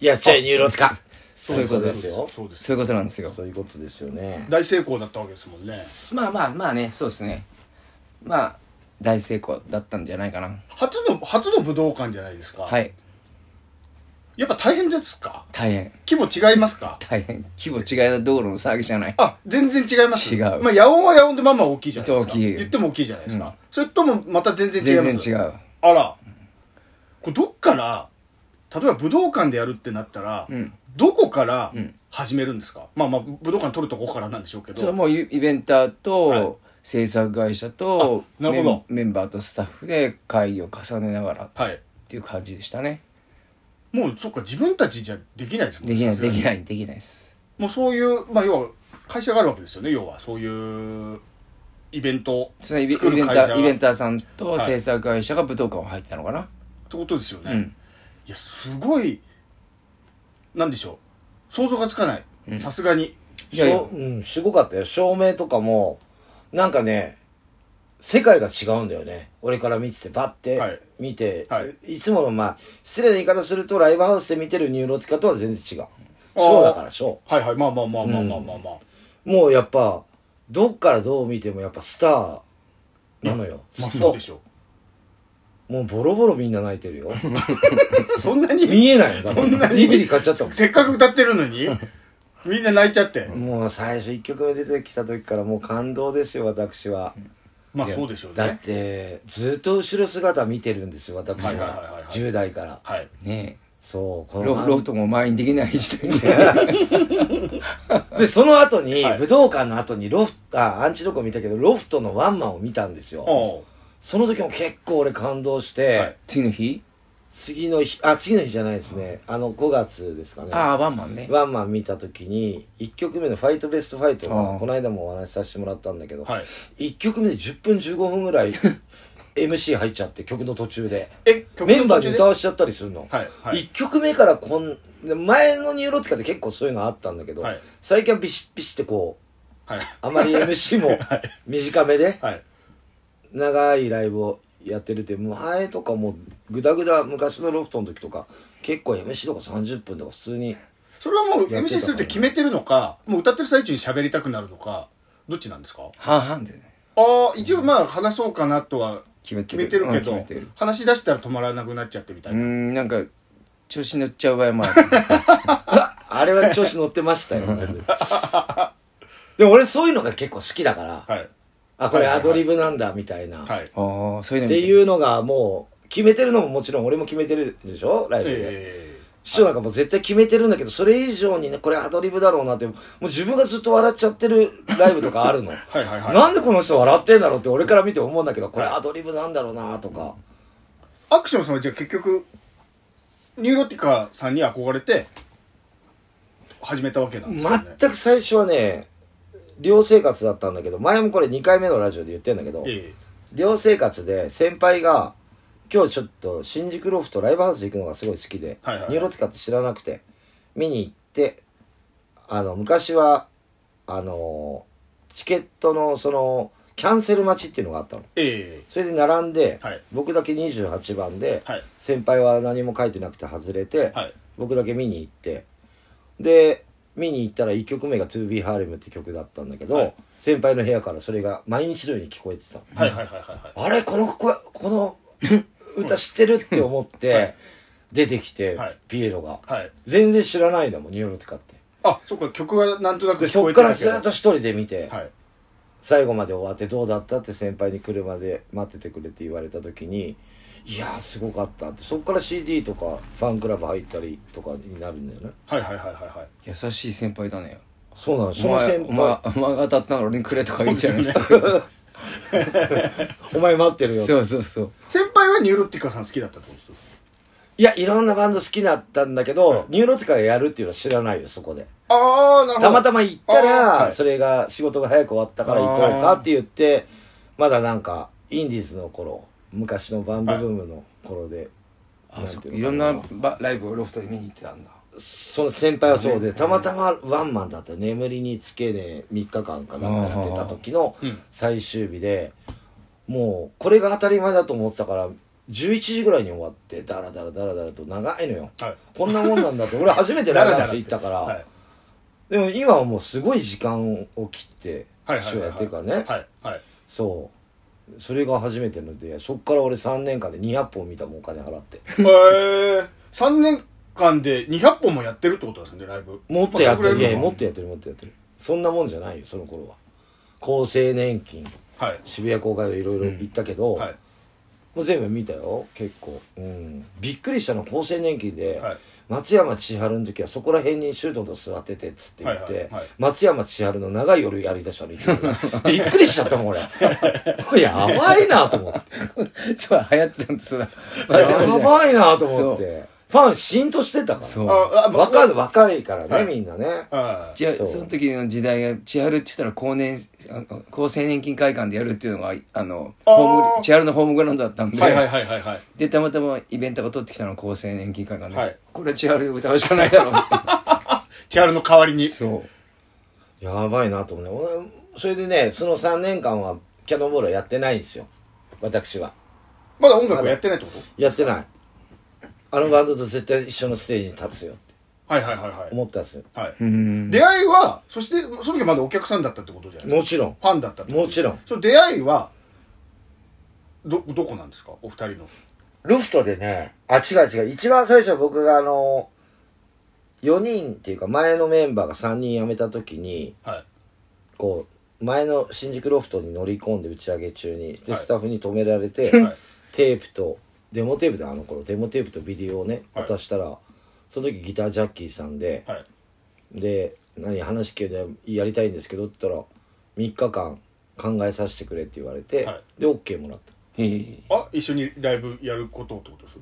Speaker 1: いやっちゃえ、ニューロティカ。
Speaker 5: そういうことで
Speaker 1: です
Speaker 5: す。
Speaker 1: よ。
Speaker 2: そうです
Speaker 5: そういうことなんですよ。
Speaker 1: そういうことですよね。
Speaker 2: 大成功だったわけですもんね
Speaker 5: まあまあまあね、そうですね。まあ、大成功だったんじゃないかな。
Speaker 2: 初の初の武道館じゃないですか
Speaker 5: はい。
Speaker 2: やっぱ大変ですか
Speaker 5: 大変。
Speaker 2: 規模違いますか
Speaker 5: 大変。規模違いな道路の騒ぎじゃない。
Speaker 2: あ全然違います
Speaker 5: 違う
Speaker 2: まあ野音は野音でまあまあ大きいじゃないですか
Speaker 5: 大きい
Speaker 2: 言っても大きいじゃないですか、それともまた全然違います
Speaker 5: 全然違う。
Speaker 2: あら。これどっから、例えば武道館でやるってなったら、
Speaker 5: ん
Speaker 2: どこから
Speaker 5: ん
Speaker 2: 始めるんですか、まあまあ、武道館取るとこからなんでしょうけ
Speaker 5: それは
Speaker 2: ど。
Speaker 5: もうイイベンターと、
Speaker 2: はい
Speaker 5: 制作会社と
Speaker 2: あなるほど
Speaker 5: メンメンバーとスタッフで会議を重ねながらっ
Speaker 2: はい。
Speaker 5: ていう感じでしたね
Speaker 2: もう、そっか、自分たちじゃできないですもん
Speaker 5: できない
Speaker 2: さすが
Speaker 5: で
Speaker 2: に
Speaker 5: きないできないです
Speaker 2: もうそういう、まあ、要は、会社があるわけですよね、要は。そういう、イベントを
Speaker 5: そのイベイ
Speaker 2: 作
Speaker 5: ベ
Speaker 2: る
Speaker 5: ンタ
Speaker 2: 会社
Speaker 5: ーイベン
Speaker 2: っ
Speaker 5: ターさんと
Speaker 2: はい
Speaker 5: 制作会社が武道館を入ったのかな、
Speaker 2: てことですよね。
Speaker 5: うん
Speaker 2: いや、すごい、なんでしょう。想像がつかない。さすがに。
Speaker 5: いやいや
Speaker 1: そううん、すごかったよ。照明とかも、なんかね、世界が違うんだよね。俺から見てて、バッ
Speaker 2: はい
Speaker 1: て見て、、
Speaker 2: はい
Speaker 1: つもの、まあ、失礼な言い方すると、ライブハウスで見てるニューロティカとは全然違う。ショーだから、ショ
Speaker 2: はいはい、まあまあまあまあまあまあまあ。
Speaker 1: ー。もうやっぱ、どっからどう見てもやっぱスターなのよ。
Speaker 2: まあ、
Speaker 1: ずっ
Speaker 2: そ
Speaker 1: と
Speaker 2: うでしょ
Speaker 1: もうボロボロみんな泣いてる よ。
Speaker 2: う。そんなに、
Speaker 1: 見えないよ。だから
Speaker 2: そんなに
Speaker 1: DVD 買っちゃったもん。
Speaker 2: せっかく歌ってるのに、みんな泣いちゃって。
Speaker 1: もう最初1曲目出てきた時からもう感動ですよ、私は。
Speaker 2: まあ、そうでしょう
Speaker 1: だっ
Speaker 2: ね。
Speaker 1: て、ずっと後ろ姿見てるんですよ、私
Speaker 2: はいはいはいはい
Speaker 1: は。10代から。
Speaker 2: はい。
Speaker 5: ね
Speaker 1: そう、
Speaker 5: え
Speaker 1: こ
Speaker 5: ロ
Speaker 1: の
Speaker 5: フロフトも満員できない時 代で
Speaker 1: で、その後に、
Speaker 2: はい
Speaker 1: 武道館の後にロフト、あ、アンチドコ見たけど、ロフトのワンマンを見たんですよ。
Speaker 2: おう
Speaker 1: その時も結構俺感動して、
Speaker 2: はい
Speaker 5: 次の日
Speaker 1: 次の日、あ、次の日じゃないですね。あの、5月ですかね。
Speaker 5: ああワンマンね
Speaker 1: ワンマン見た時に、1曲目のファイトベストファイト
Speaker 5: あー
Speaker 1: が、この間もお話しさせてもらったんだけど、
Speaker 2: はい。
Speaker 1: 1曲目で10分15分ぐらい MC 入っちゃって、曲の途中で。
Speaker 2: え、
Speaker 1: メンバーで歌
Speaker 2: う
Speaker 1: わしちゃったりするの。
Speaker 2: はいはい
Speaker 1: 1曲目からこん、で前のニューロティカって結構そういうのあったんだけど、
Speaker 2: はい
Speaker 1: 最近はビシッビシってこう、
Speaker 2: はい。
Speaker 1: あまり MC も短めで
Speaker 2: はい。
Speaker 1: 長いライブをやってるって、前とかもうグダグダ昔のロフトの時とか、結構 MC とか30分とか普通に、
Speaker 2: それはも
Speaker 1: や
Speaker 2: う
Speaker 1: ってたから
Speaker 2: MC するって決めてるのか、もう歌ってる最中に喋りたくなるのか、どっちなんですか
Speaker 5: 半々でね
Speaker 2: ああ、一応まあ話そうかなとは
Speaker 5: 決めて
Speaker 2: 決
Speaker 5: る
Speaker 2: めてるけ
Speaker 5: う
Speaker 2: ど、
Speaker 5: ん決めてる
Speaker 2: 話し出したら止まらなくなっちゃってみたいうな。
Speaker 5: んなんか調子乗っちゃう場合もある
Speaker 1: あれは調子乗ってましたよ。でも俺そういうのが結構好きだから、
Speaker 2: はい。
Speaker 1: あ、これ
Speaker 2: はいは
Speaker 1: ア
Speaker 2: いはい
Speaker 1: ドリブなんだみたいな。
Speaker 2: はい。
Speaker 5: ああそういうの
Speaker 1: って
Speaker 5: う
Speaker 1: いうのがもう、決めてるのももちろん俺も決めてるでしょライブで。
Speaker 2: え
Speaker 1: 師匠なんかもう絶対決めてるんだけど、それ以上にね、これアドリブだろうなって、もう自分がずっと笑っちゃってるライブとかあるの。
Speaker 2: えはいはいはい。
Speaker 1: なんでこの人笑ってんだろうって俺から見て思うんだけど、これアドリブなんだろうなとか。
Speaker 2: アクションさんはじゃあ結局、ニューロティカさんに憧れて、始めたわけなんですよね。
Speaker 1: 全く最初はね、寮生活だったんだけど、前もこれ2回目のラジオで言ってんだけど、
Speaker 2: え
Speaker 1: 寮生活で先輩が、今日ちょっと新宿ロフトライブハウス行くのがすごい好きで、
Speaker 2: はいはいはい
Speaker 1: ニューロティカって知らなくて、見に行って、あの、昔は、あの、チケットのその、キャンセル待ちっていうのがあったの。
Speaker 2: ええ
Speaker 1: それで並んで、
Speaker 2: はい
Speaker 1: 僕だけ28番で
Speaker 2: え、はい。
Speaker 1: 先輩は何も書いてなくて外れて、
Speaker 2: はい。
Speaker 1: 僕だけ見に行ってで見に行ったら1曲目が「2B ハーレム」って曲だったんだけど、
Speaker 2: はい
Speaker 1: 先輩の部屋からそれが毎日のように聞こえてたの
Speaker 2: はいはいはいはい。
Speaker 1: あれこの声この歌知ってるって思って、
Speaker 2: はい
Speaker 1: 出てきて、
Speaker 2: はい
Speaker 1: ピエロが
Speaker 2: はい。はい、
Speaker 1: 全然知らないんだもんニューロティカって
Speaker 2: あ、そっか、曲はなんとなく
Speaker 1: で
Speaker 2: 聞こ
Speaker 1: そっ
Speaker 2: えて
Speaker 1: か
Speaker 2: る
Speaker 1: ら
Speaker 2: け
Speaker 1: ず
Speaker 2: ど
Speaker 1: っと一人で見て、
Speaker 2: はい。
Speaker 1: 最後まで終わってどうだったって先輩に車で待っててくれって言われた時にいやーすごかったってそっから CD とかファンクラブ入ったりとかになるんだよね
Speaker 2: はいはいはいはいはい。
Speaker 5: 優しい先輩だね
Speaker 1: そうなのそ
Speaker 5: お
Speaker 1: の
Speaker 5: 前
Speaker 1: 先
Speaker 5: お
Speaker 1: 輩
Speaker 5: 前お前が当たったの俺にくれとか言っちゃいます
Speaker 1: お前待ってるよ。
Speaker 5: そうそうそう
Speaker 2: 先輩はニューロティカさん好きだったってことです
Speaker 1: いや、いろんなバンド好きだったんだけど、ニューロティカがやるっていうのは知らないよ、そこで。
Speaker 2: ああ、なるほど。
Speaker 1: たまたま行った
Speaker 2: あーは
Speaker 1: ら、
Speaker 2: い
Speaker 1: それが仕事が早く終わったから行こうかって言って、まだなんか、インディーズの頃、昔のバンドブームの頃で、
Speaker 5: あ
Speaker 1: なん
Speaker 5: そってか
Speaker 1: いう
Speaker 5: いろん
Speaker 1: のか
Speaker 5: なばライブをロフトで見に行ってたんだ
Speaker 1: その先輩はそうで、たまたまワンマンだった眠りにつけね3日間かなんかやってた時の最終日で、もうこれが当たり前だと思ってたから、11時ぐらいに終わって、ダラダラダラダラと長いのよ。
Speaker 2: はい
Speaker 1: こんなもんなんだって、俺初めてライブハウス行ったか
Speaker 2: は
Speaker 1: ら
Speaker 2: い、。
Speaker 1: でも今はもうすごい時間を切って、
Speaker 2: はいはい
Speaker 1: 一緒
Speaker 2: はい
Speaker 1: やってるからね。
Speaker 2: はいはい。
Speaker 1: そう。それが初めてので、そっから俺3年間で200本見たもんお金払 って。
Speaker 2: へえ。3年間で200本もやってるってことなんですね、ライブ。
Speaker 1: もっとやってる。い
Speaker 2: まあ
Speaker 1: やいやもっとやってる、もっとやってる。そんなもんじゃないよ、その頃は。厚生年金、
Speaker 2: はい。
Speaker 1: 渋谷公会堂いろいろ行ったけど、
Speaker 2: はい。
Speaker 1: もう全部見たよ、結構。うん。びっくりしたのは厚生年金で、
Speaker 2: はい
Speaker 1: 松山千春の時はそこら辺にシュートと座っててっつって言って、
Speaker 2: はいはいはい
Speaker 1: 松山千春の長い夜やりだしたの見てび っくりしちゃったもん俺これやばいなと思って
Speaker 5: そう、流行ってたんです、 そうだ。
Speaker 1: やばいなと思ってファン浸透してたか
Speaker 5: そう。
Speaker 2: あ、あ、
Speaker 1: ら
Speaker 2: ま
Speaker 1: 若い若いからね、
Speaker 2: はい
Speaker 1: みんなね
Speaker 2: あ、
Speaker 5: じゃあ
Speaker 1: そう
Speaker 5: その時の時代が千春って言ったら高年あの高青年金会館でやるっていうのがあの
Speaker 2: あー
Speaker 5: ホーム千春のホームグラウンドだったんで、
Speaker 2: はいはいはいはいはい。
Speaker 5: でたまたまイベントが取ってきたのが高青年金会館で、
Speaker 2: はい
Speaker 5: これ千春で歌うしかないだろうっ
Speaker 2: チャールの代わり
Speaker 5: て
Speaker 2: に。
Speaker 5: そう
Speaker 1: やばいなと思うね俺それでねその3年間はキャノンボールはやってないんですよ私は
Speaker 2: まだ音楽はやってないってこと
Speaker 1: やってないあのバンドと絶対一緒のステージに立つよって
Speaker 2: はいはいはいはい。
Speaker 1: 思ったんですよ
Speaker 2: はい、
Speaker 5: うん
Speaker 2: 出会いは、そして、その時まだお客さんだったってことじゃない
Speaker 1: もちろん
Speaker 2: ファンだったってこと
Speaker 1: もちろん
Speaker 2: その出会いは、ど、どこなんですかお二人の。
Speaker 1: ロフトでねあ違う違う一番最初僕があの4人っていうか前のメンバーが3人辞めた時に
Speaker 2: はい。
Speaker 1: こう前の新宿ロフトに乗り込んで打ち上げ中にで
Speaker 2: はい
Speaker 1: スタッフに止められて、
Speaker 2: はい
Speaker 1: テープとデモテープであの頃デモテープとビデオをね
Speaker 2: はい
Speaker 1: 渡したら、その時ギタージャッキーさんで、
Speaker 2: はい。
Speaker 1: で「何話聞けでやりたいんですけど」って言ったら「3日間考えさせてくれ」って言われて、
Speaker 2: はい
Speaker 1: で OK もらっ
Speaker 5: へえ
Speaker 2: あ、一緒にライブやることってことです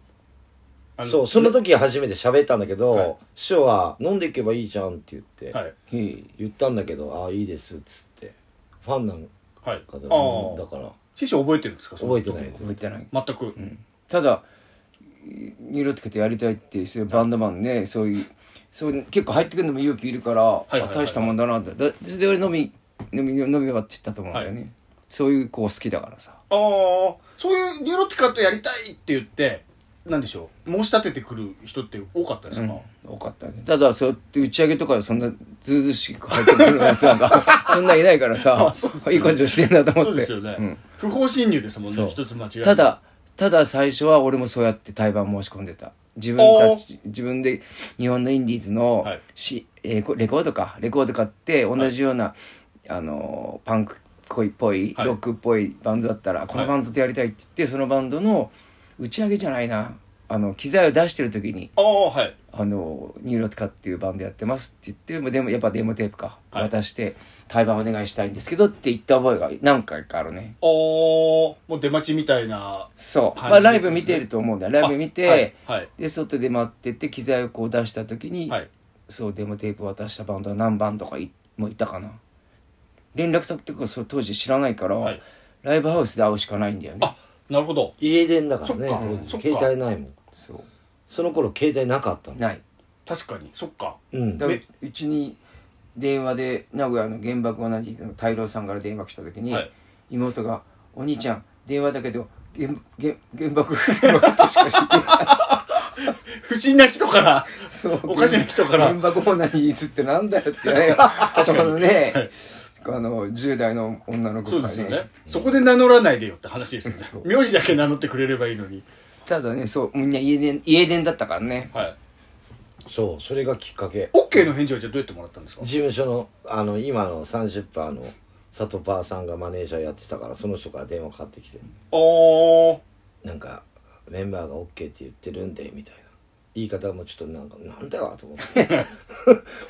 Speaker 2: あ
Speaker 1: たそうその時初めて喋ったんだけど、
Speaker 2: はい
Speaker 1: 師匠は「飲んでいけばいいじゃん」って言って、
Speaker 2: はい。
Speaker 5: へえ
Speaker 1: 言ったんだけど「ああいいです」っつってファンなん
Speaker 2: はい。
Speaker 1: かだ
Speaker 2: あ
Speaker 1: だ
Speaker 2: あ。
Speaker 1: から
Speaker 2: 師匠覚えてるんですかその
Speaker 1: 覚え
Speaker 2: 時
Speaker 1: てないです
Speaker 5: 覚えてない
Speaker 2: 全く。
Speaker 5: ただニューロティクとやりたいってそういうバンドマンねそういうそういう結構入ってくるのも勇気いるから、
Speaker 2: いはいはい
Speaker 5: あ大したもんだなってだそれで俺飲み飲み飲み終わってったと思うんだよね、そういう子好きだからさ
Speaker 2: ああ、そういうニューロティカとやりたいって言って、なんでしょう。申し立ててくる人って多かったですか、
Speaker 5: 多かったねただそうやって打ち上げとかでそんなずうずうしく入ってくるやつなんか そんないないからさ
Speaker 2: あそうですよ
Speaker 5: いい感じをしてんだと思
Speaker 2: そ
Speaker 5: って
Speaker 2: うですよね、
Speaker 5: うん
Speaker 2: 不法侵入ですもん
Speaker 5: そ
Speaker 2: ね
Speaker 5: う
Speaker 2: 一つ間違い
Speaker 5: ただただ最初は俺もそうやって対バン申し込んでた自分たち自分で日本のインディーズの
Speaker 2: はい
Speaker 5: し、えーこレコードかレコード買って同じような、あのーパンクっぽいっぽい
Speaker 2: はい
Speaker 5: ロックっぽいバンドだったら、このバンドとやりたいって言ってそのバンドの打ち上げじゃないなあの機材を出してる時に
Speaker 2: ああはい
Speaker 5: あのニューロティカっていうバンドやってますって言ってでもやっぱデモテープか、
Speaker 2: はい
Speaker 5: 渡して対バンお願いしたいんですけどって言った覚えが何回かあるね
Speaker 2: ああもう出待ちみたいな
Speaker 5: そう、
Speaker 2: 感
Speaker 5: まあ
Speaker 2: じで
Speaker 5: ライブ見てると思うんだよライブ見て、
Speaker 2: あはい
Speaker 5: で外で待ってて機材をこう出した時に、
Speaker 2: はい、はい、
Speaker 5: そうデモテープ渡したバンドは何バンドかいもういたかな連絡先とかそう当時知らないから、
Speaker 2: はい
Speaker 5: ライブハウスで会うしかないんだよね
Speaker 2: あなるほど
Speaker 1: 家電だからね
Speaker 2: そっか
Speaker 1: 当時
Speaker 2: そっか
Speaker 1: 携帯ないもん
Speaker 5: そ
Speaker 1: その頃携帯なかった
Speaker 5: う
Speaker 1: の
Speaker 5: ない
Speaker 2: 確かにそっか
Speaker 1: うん
Speaker 5: だからうちに電話で名古屋の原爆同じの大郎さんから電話来た時に、
Speaker 2: はい
Speaker 5: 妹が「お兄ちゃん電話だけど原原原爆原爆としかしない
Speaker 2: 不審な人から
Speaker 5: そう
Speaker 2: おかしな人から
Speaker 5: 原爆オナニーズってなんだよってねそのね、あの10代の女の子
Speaker 2: そう
Speaker 5: が
Speaker 2: で
Speaker 5: ね
Speaker 2: すよねそこで名乗らないでよって話です
Speaker 5: そ
Speaker 2: よ
Speaker 5: う
Speaker 2: ね名字だけ名乗ってくれればいいのに
Speaker 5: ただねそうみんな家電家電だったからね
Speaker 2: はい
Speaker 1: そうそれがきっかけ
Speaker 2: OK の返事はじゃあどうやってもらったんですか
Speaker 1: 事務所のあの今の30パーのサトパーさんがマネージャーやってたからその人から電話かかってきて
Speaker 2: ああ
Speaker 1: なんかメンバーが OK って言ってるんでみたいな言い方もちょっとなんかなんだよと思って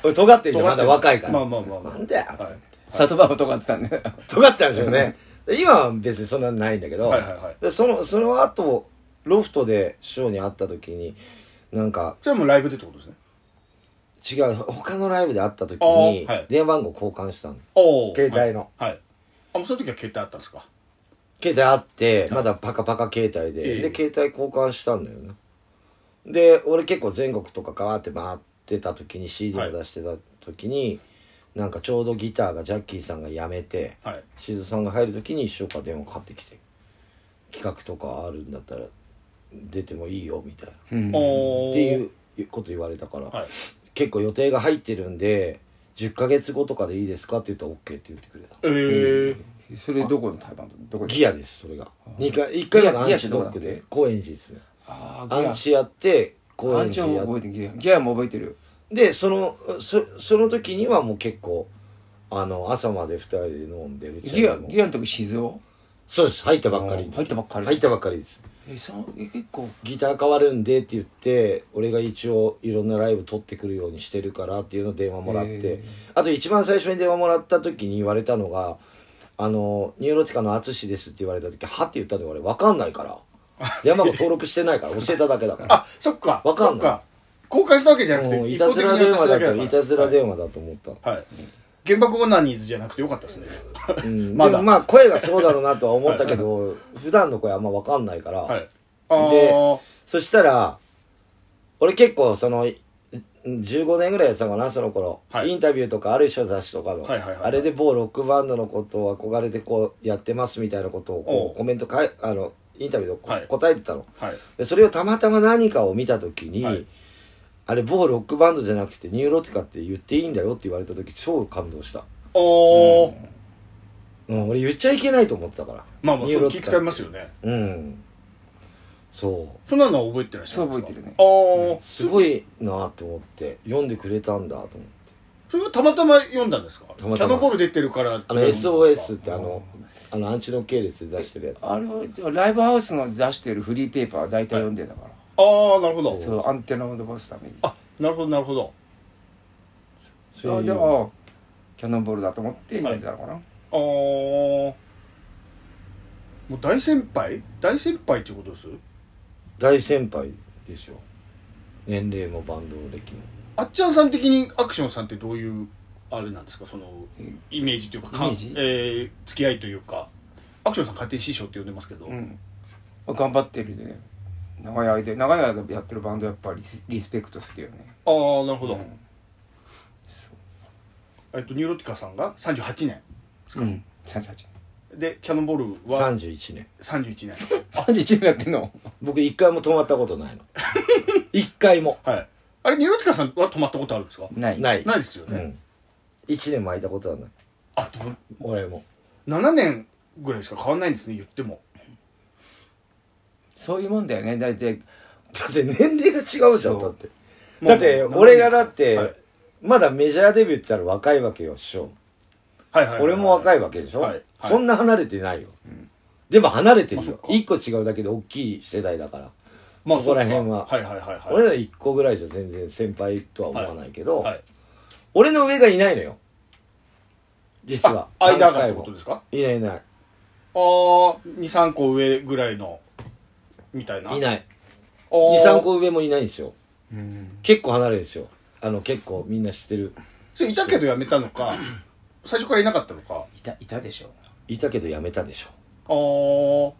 Speaker 1: 俺尖ってんじゃんまだ若いから
Speaker 2: まあまあまあまあ
Speaker 1: なんだよ、
Speaker 2: はい
Speaker 5: 里場もとかってたんだよ
Speaker 1: 尖ってたんですよねで今は別にそんなのないんだけど、
Speaker 2: はいはいはい
Speaker 1: でそのその後ロフトで師匠に会った時になんか
Speaker 2: じゃあもうライブでってことですね
Speaker 1: 違う他のライブで会った時
Speaker 2: あ
Speaker 1: に
Speaker 2: ーはい
Speaker 1: 電話番号交換したの
Speaker 2: おお
Speaker 1: 携帯の
Speaker 2: はい、はい、あもうその時は携帯あったんですか
Speaker 1: 携帯あってまだパカパカ携帯で、
Speaker 2: ええ
Speaker 1: で携帯交換したんだよねで俺結構全国とかガーって回ってた時に CD
Speaker 2: は
Speaker 1: を
Speaker 2: い
Speaker 1: 出してた時に、なんかちょうどギターがジャッキーさんが辞めて、
Speaker 2: はい
Speaker 1: しずさんが入る時に一生から電話かかってきて企画とかあるんだったら出てもいいよみたいな、
Speaker 5: うん
Speaker 2: おお
Speaker 1: っていうこと言われたから、
Speaker 2: はい
Speaker 1: 結構予定が入ってるんで10ヶ月後とかでいいですかって言ったら OK って言ってくれた
Speaker 2: えー
Speaker 5: それどこの台湾どこ
Speaker 1: ギアですそれが二回1回目がアンチドック
Speaker 5: ギアってどうだ
Speaker 1: で
Speaker 5: っ
Speaker 1: 高円寺ですね
Speaker 5: ああギ
Speaker 1: ア
Speaker 5: ア
Speaker 1: ンチやって高
Speaker 5: ア
Speaker 1: 円
Speaker 5: ンチ
Speaker 1: 寺
Speaker 5: も
Speaker 1: やっ
Speaker 5: 覚えてるギアギアも覚えてる
Speaker 1: でそのそその時にはもう結構あの朝まで2人で飲んでう
Speaker 5: ギア
Speaker 1: も
Speaker 5: ギアの時静雄
Speaker 1: そうです入ったばっかり
Speaker 5: あー入ったばっかり
Speaker 1: 入ったばっかりです
Speaker 5: えそうえ結構
Speaker 1: ギター変わるんでって言って俺が一応いろんなライブ撮ってくるようにしてるからっていうのを電話もらっ
Speaker 5: へ
Speaker 1: て
Speaker 5: え
Speaker 1: あと一番最初に電話もらった時に言われたのが「あのニューロティカの淳です」って言われた時「は」って言ったのが俺分かんないから山子登録してないから教えただけだから
Speaker 2: あ、そっか。
Speaker 1: わかんない
Speaker 2: そっ公開したわけじゃなく
Speaker 1: もう
Speaker 2: て、
Speaker 1: い
Speaker 2: 一
Speaker 1: た
Speaker 2: 方
Speaker 1: ず
Speaker 2: 的に
Speaker 1: ら電話だと
Speaker 2: や
Speaker 1: い
Speaker 2: った
Speaker 1: たずら
Speaker 2: だけだ
Speaker 1: 電話だと思った、
Speaker 2: からはい。原爆オナニーズじゃなくてよかったですね。
Speaker 1: うん、
Speaker 2: ま
Speaker 1: ま
Speaker 2: だ
Speaker 1: まあ声がそうだろうなとは思ったけど普段の声あんま分かんないから、
Speaker 2: はい。あー
Speaker 1: そしたら、俺結構その、15年ぐらいやってたかな、その頃。
Speaker 2: はい
Speaker 1: インタビューとかあるでしょ、雑誌とかの。
Speaker 2: はいはいはいはい
Speaker 1: あれで某ロックバンドのことを憧れてこうやってますみたいなことを
Speaker 2: お
Speaker 1: こ
Speaker 2: う
Speaker 1: うコメントかい、あの、インタビューでこ
Speaker 2: はい
Speaker 1: 答えてたの。
Speaker 2: はい。
Speaker 1: でそれをたまたま何かを見た時に、
Speaker 2: はい
Speaker 1: あれ某ロックバンドじゃなくてニューロティカって言っていいんだよって言われた時超感動した。
Speaker 2: おー。
Speaker 1: うん、俺言っちゃいけないと思ってたから。
Speaker 2: まあまあ、
Speaker 1: ニュー
Speaker 2: それ
Speaker 1: ロ
Speaker 2: 気
Speaker 1: ティカ
Speaker 2: 使いますよね。
Speaker 1: うん。そう。
Speaker 2: そんなのは覚えてらっしゃ
Speaker 5: そ
Speaker 2: る
Speaker 5: うん
Speaker 2: です
Speaker 5: 覚え
Speaker 2: か
Speaker 5: てるね
Speaker 2: あー。
Speaker 1: すごいなって思って、読んでくれたんだと思って。
Speaker 2: それはたまたま読んだんですか
Speaker 1: たま
Speaker 2: キ
Speaker 1: た
Speaker 2: ャ
Speaker 1: ま
Speaker 2: ノコール出てるから。
Speaker 1: あの SOS ってあの、あのアンチの系列で出してるやつ。
Speaker 5: あれはじゃあライブハウスの出してるフリーペーパーは大体読んでたから、
Speaker 2: ああ、なるほど。
Speaker 5: そうアンテナを伸ばすために
Speaker 2: あ、なるほど、なるほど。
Speaker 1: そう
Speaker 5: あ
Speaker 1: いう
Speaker 5: であキャノンボールだと思って読んでたのかな、
Speaker 2: あー。もう大先輩大先輩っていうことです
Speaker 1: 大先輩ですよ。年齢もバンド歴も。
Speaker 2: あっちゃんさん的にアクションさんってどういうあれなんですかそのイメージというかか
Speaker 5: イメージ
Speaker 2: えー付き合いというかアクションさん家庭師匠って呼んでますけど、
Speaker 5: うん頑張ってるね長い間長い間やってるバンドやっぱりリスリスペクトするよね
Speaker 2: ああなるほど、
Speaker 5: うんそう
Speaker 2: えっと、ニューロティカさんが38年
Speaker 5: うん38
Speaker 2: でキャノンボールは
Speaker 1: 31年。
Speaker 2: 31年
Speaker 5: 31になってんの
Speaker 1: 僕一回も止まったことないの。 一回も。
Speaker 2: はいあれニューロティカさんは泊まったことあるんですか
Speaker 5: ない
Speaker 1: ない。
Speaker 2: ないですよ
Speaker 1: う
Speaker 2: ね、
Speaker 1: ん。1年も空いたことはない。
Speaker 2: あでも
Speaker 1: 俺も。
Speaker 2: 7年ぐらいしか変わんないんですね言っても
Speaker 5: そういうもんだよね大体
Speaker 1: だって年齢が違うじゃ
Speaker 5: そ
Speaker 1: ん、
Speaker 5: う
Speaker 1: だって。だって、俺がだっ
Speaker 2: はい
Speaker 1: て、まだメジャーデビューって言ったら若いわけよ、師匠。
Speaker 2: はいはいはい、
Speaker 1: 俺も若
Speaker 2: い
Speaker 1: いわけでしょ、
Speaker 2: はいはい
Speaker 1: そんな離れてないよ、でも離れてる
Speaker 2: まあ
Speaker 1: よ
Speaker 2: そっか
Speaker 1: 一個違うだけで大きい世代だから、
Speaker 2: まあ
Speaker 1: そこら辺は、
Speaker 2: はいはいはいはい
Speaker 1: 俺ら一個ぐらいじゃ全然先輩とは思わないけど、
Speaker 2: はい、
Speaker 1: 俺の上がいないのよ実は
Speaker 2: あ間がっ
Speaker 1: 何
Speaker 2: て
Speaker 1: 回も
Speaker 2: ことですか
Speaker 1: いないいない
Speaker 2: ああ23個上ぐらいのみたいない
Speaker 1: い
Speaker 2: い
Speaker 1: ない
Speaker 2: 23
Speaker 1: 23個上もいないんですよ結構離れるんですよあの結構みんな知ってる
Speaker 2: それいたけどやめた のか最初からいなかったのか
Speaker 5: いたいたでしょ
Speaker 1: いたけどやめたでしょ
Speaker 2: あー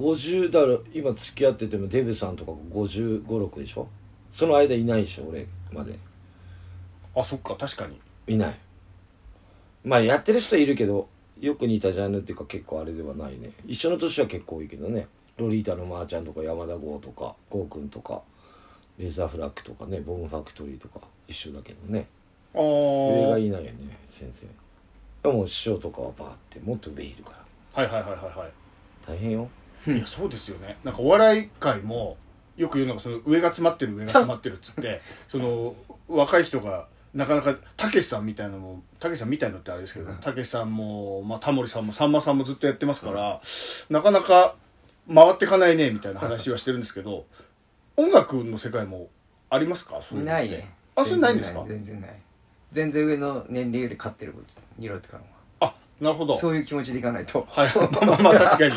Speaker 1: 50だろ今付き合っててもデブさんとか556でしょその間いないでしょ俺まで
Speaker 2: あそっか確かに
Speaker 1: いないまあやってる人いるけどよく似たジャンルっていうか結構あれではないね一緒の年は結構多いけどねロリータのまーちゃんとか山田剛とか剛くんとかレーザーフラッグとかねボムファクトリーとか一緒だけどね
Speaker 2: あ
Speaker 1: 上が
Speaker 2: ー
Speaker 1: いないよね先生でも師匠とかはバーってもっと上いるから
Speaker 2: はいはいはいはいはい
Speaker 1: 大変よ
Speaker 2: いやそうですよねなんかお笑い界もよく言うのがその上が詰まってる上が詰まってるっつって その若い人がなかなかたけしさんみたいなのもたけしさんみたいのってあれですけどたけしさんも、まあ、タモリさんもさんまさんもずっとやってますから、なかなか回ってかないねみたいな話はしてるんですけど音楽の世界もありますかそうういうのっ
Speaker 5: な
Speaker 2: て
Speaker 5: いね
Speaker 2: あそれないんですか
Speaker 5: 全然ない全然ない全然上の年齢より勝ってることニロってかのは
Speaker 2: あなるほど
Speaker 5: そういう気持ちでいかないと
Speaker 2: はいまあまあ確かに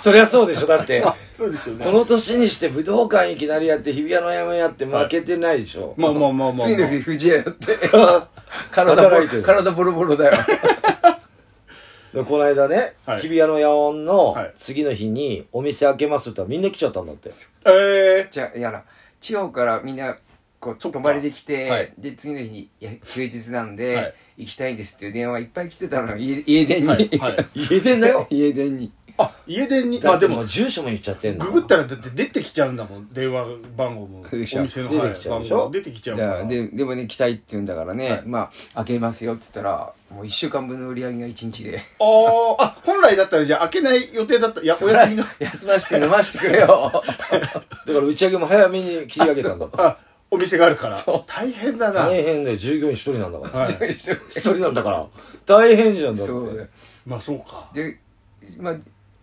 Speaker 1: そりゃそうでしょだって
Speaker 2: そうですよね
Speaker 1: この年にして武道館いきなりやって日比谷の山やって負けてないでしょ、
Speaker 2: まあまあまあまあ、まあ、
Speaker 5: 次の日藤屋やって 体ボ
Speaker 1: 働いて
Speaker 5: ロ
Speaker 1: る
Speaker 5: 体ボロボロだよ
Speaker 1: でこの間ね、
Speaker 2: はい
Speaker 1: 日比谷の野音の
Speaker 2: はい
Speaker 1: 次の日にお店開けますって言ったらみんな来ちゃったん だって。
Speaker 2: え
Speaker 5: じゃあやら地方からみんなこう
Speaker 2: そっか
Speaker 5: 泊まりできて、
Speaker 2: はい
Speaker 5: で次の日にいや休日なんで、
Speaker 2: はい
Speaker 5: 行きたいですっていう電話いっぱい来てたの家家電に、。
Speaker 2: ー、はい、はい、
Speaker 1: 家出んだよ
Speaker 5: 家電に
Speaker 2: あ家電に ま
Speaker 1: だ
Speaker 2: あ
Speaker 1: って
Speaker 2: で
Speaker 1: も
Speaker 2: も
Speaker 1: う住所も言っちゃってんの。
Speaker 2: ググったらだって出てきちゃうんだもん電話番号もお
Speaker 5: でしょ
Speaker 2: 店の
Speaker 1: 出て
Speaker 2: はい
Speaker 1: きちゃう
Speaker 2: 番
Speaker 1: でしょ
Speaker 2: 号出てきちゃう
Speaker 5: い
Speaker 2: から
Speaker 5: やででもね来たいって言うんだからね、
Speaker 2: はい
Speaker 5: まあ開けますよって言ったらもう1週間分の売り上げが1日で
Speaker 2: あーあ本来だったらじゃあ開けない予定だったいやお休みの
Speaker 5: 休まして飲ましてくれ よ
Speaker 1: だから打ち上げも早めに切り上げたんだって。
Speaker 2: あお店があるから
Speaker 5: そう
Speaker 2: 大変だな、
Speaker 1: 大変だよ。従業員一人なんだから。
Speaker 2: はい
Speaker 1: 一人なんだから。大変じゃんだって。
Speaker 5: そうだよ
Speaker 2: まあそうか
Speaker 5: で、まあ、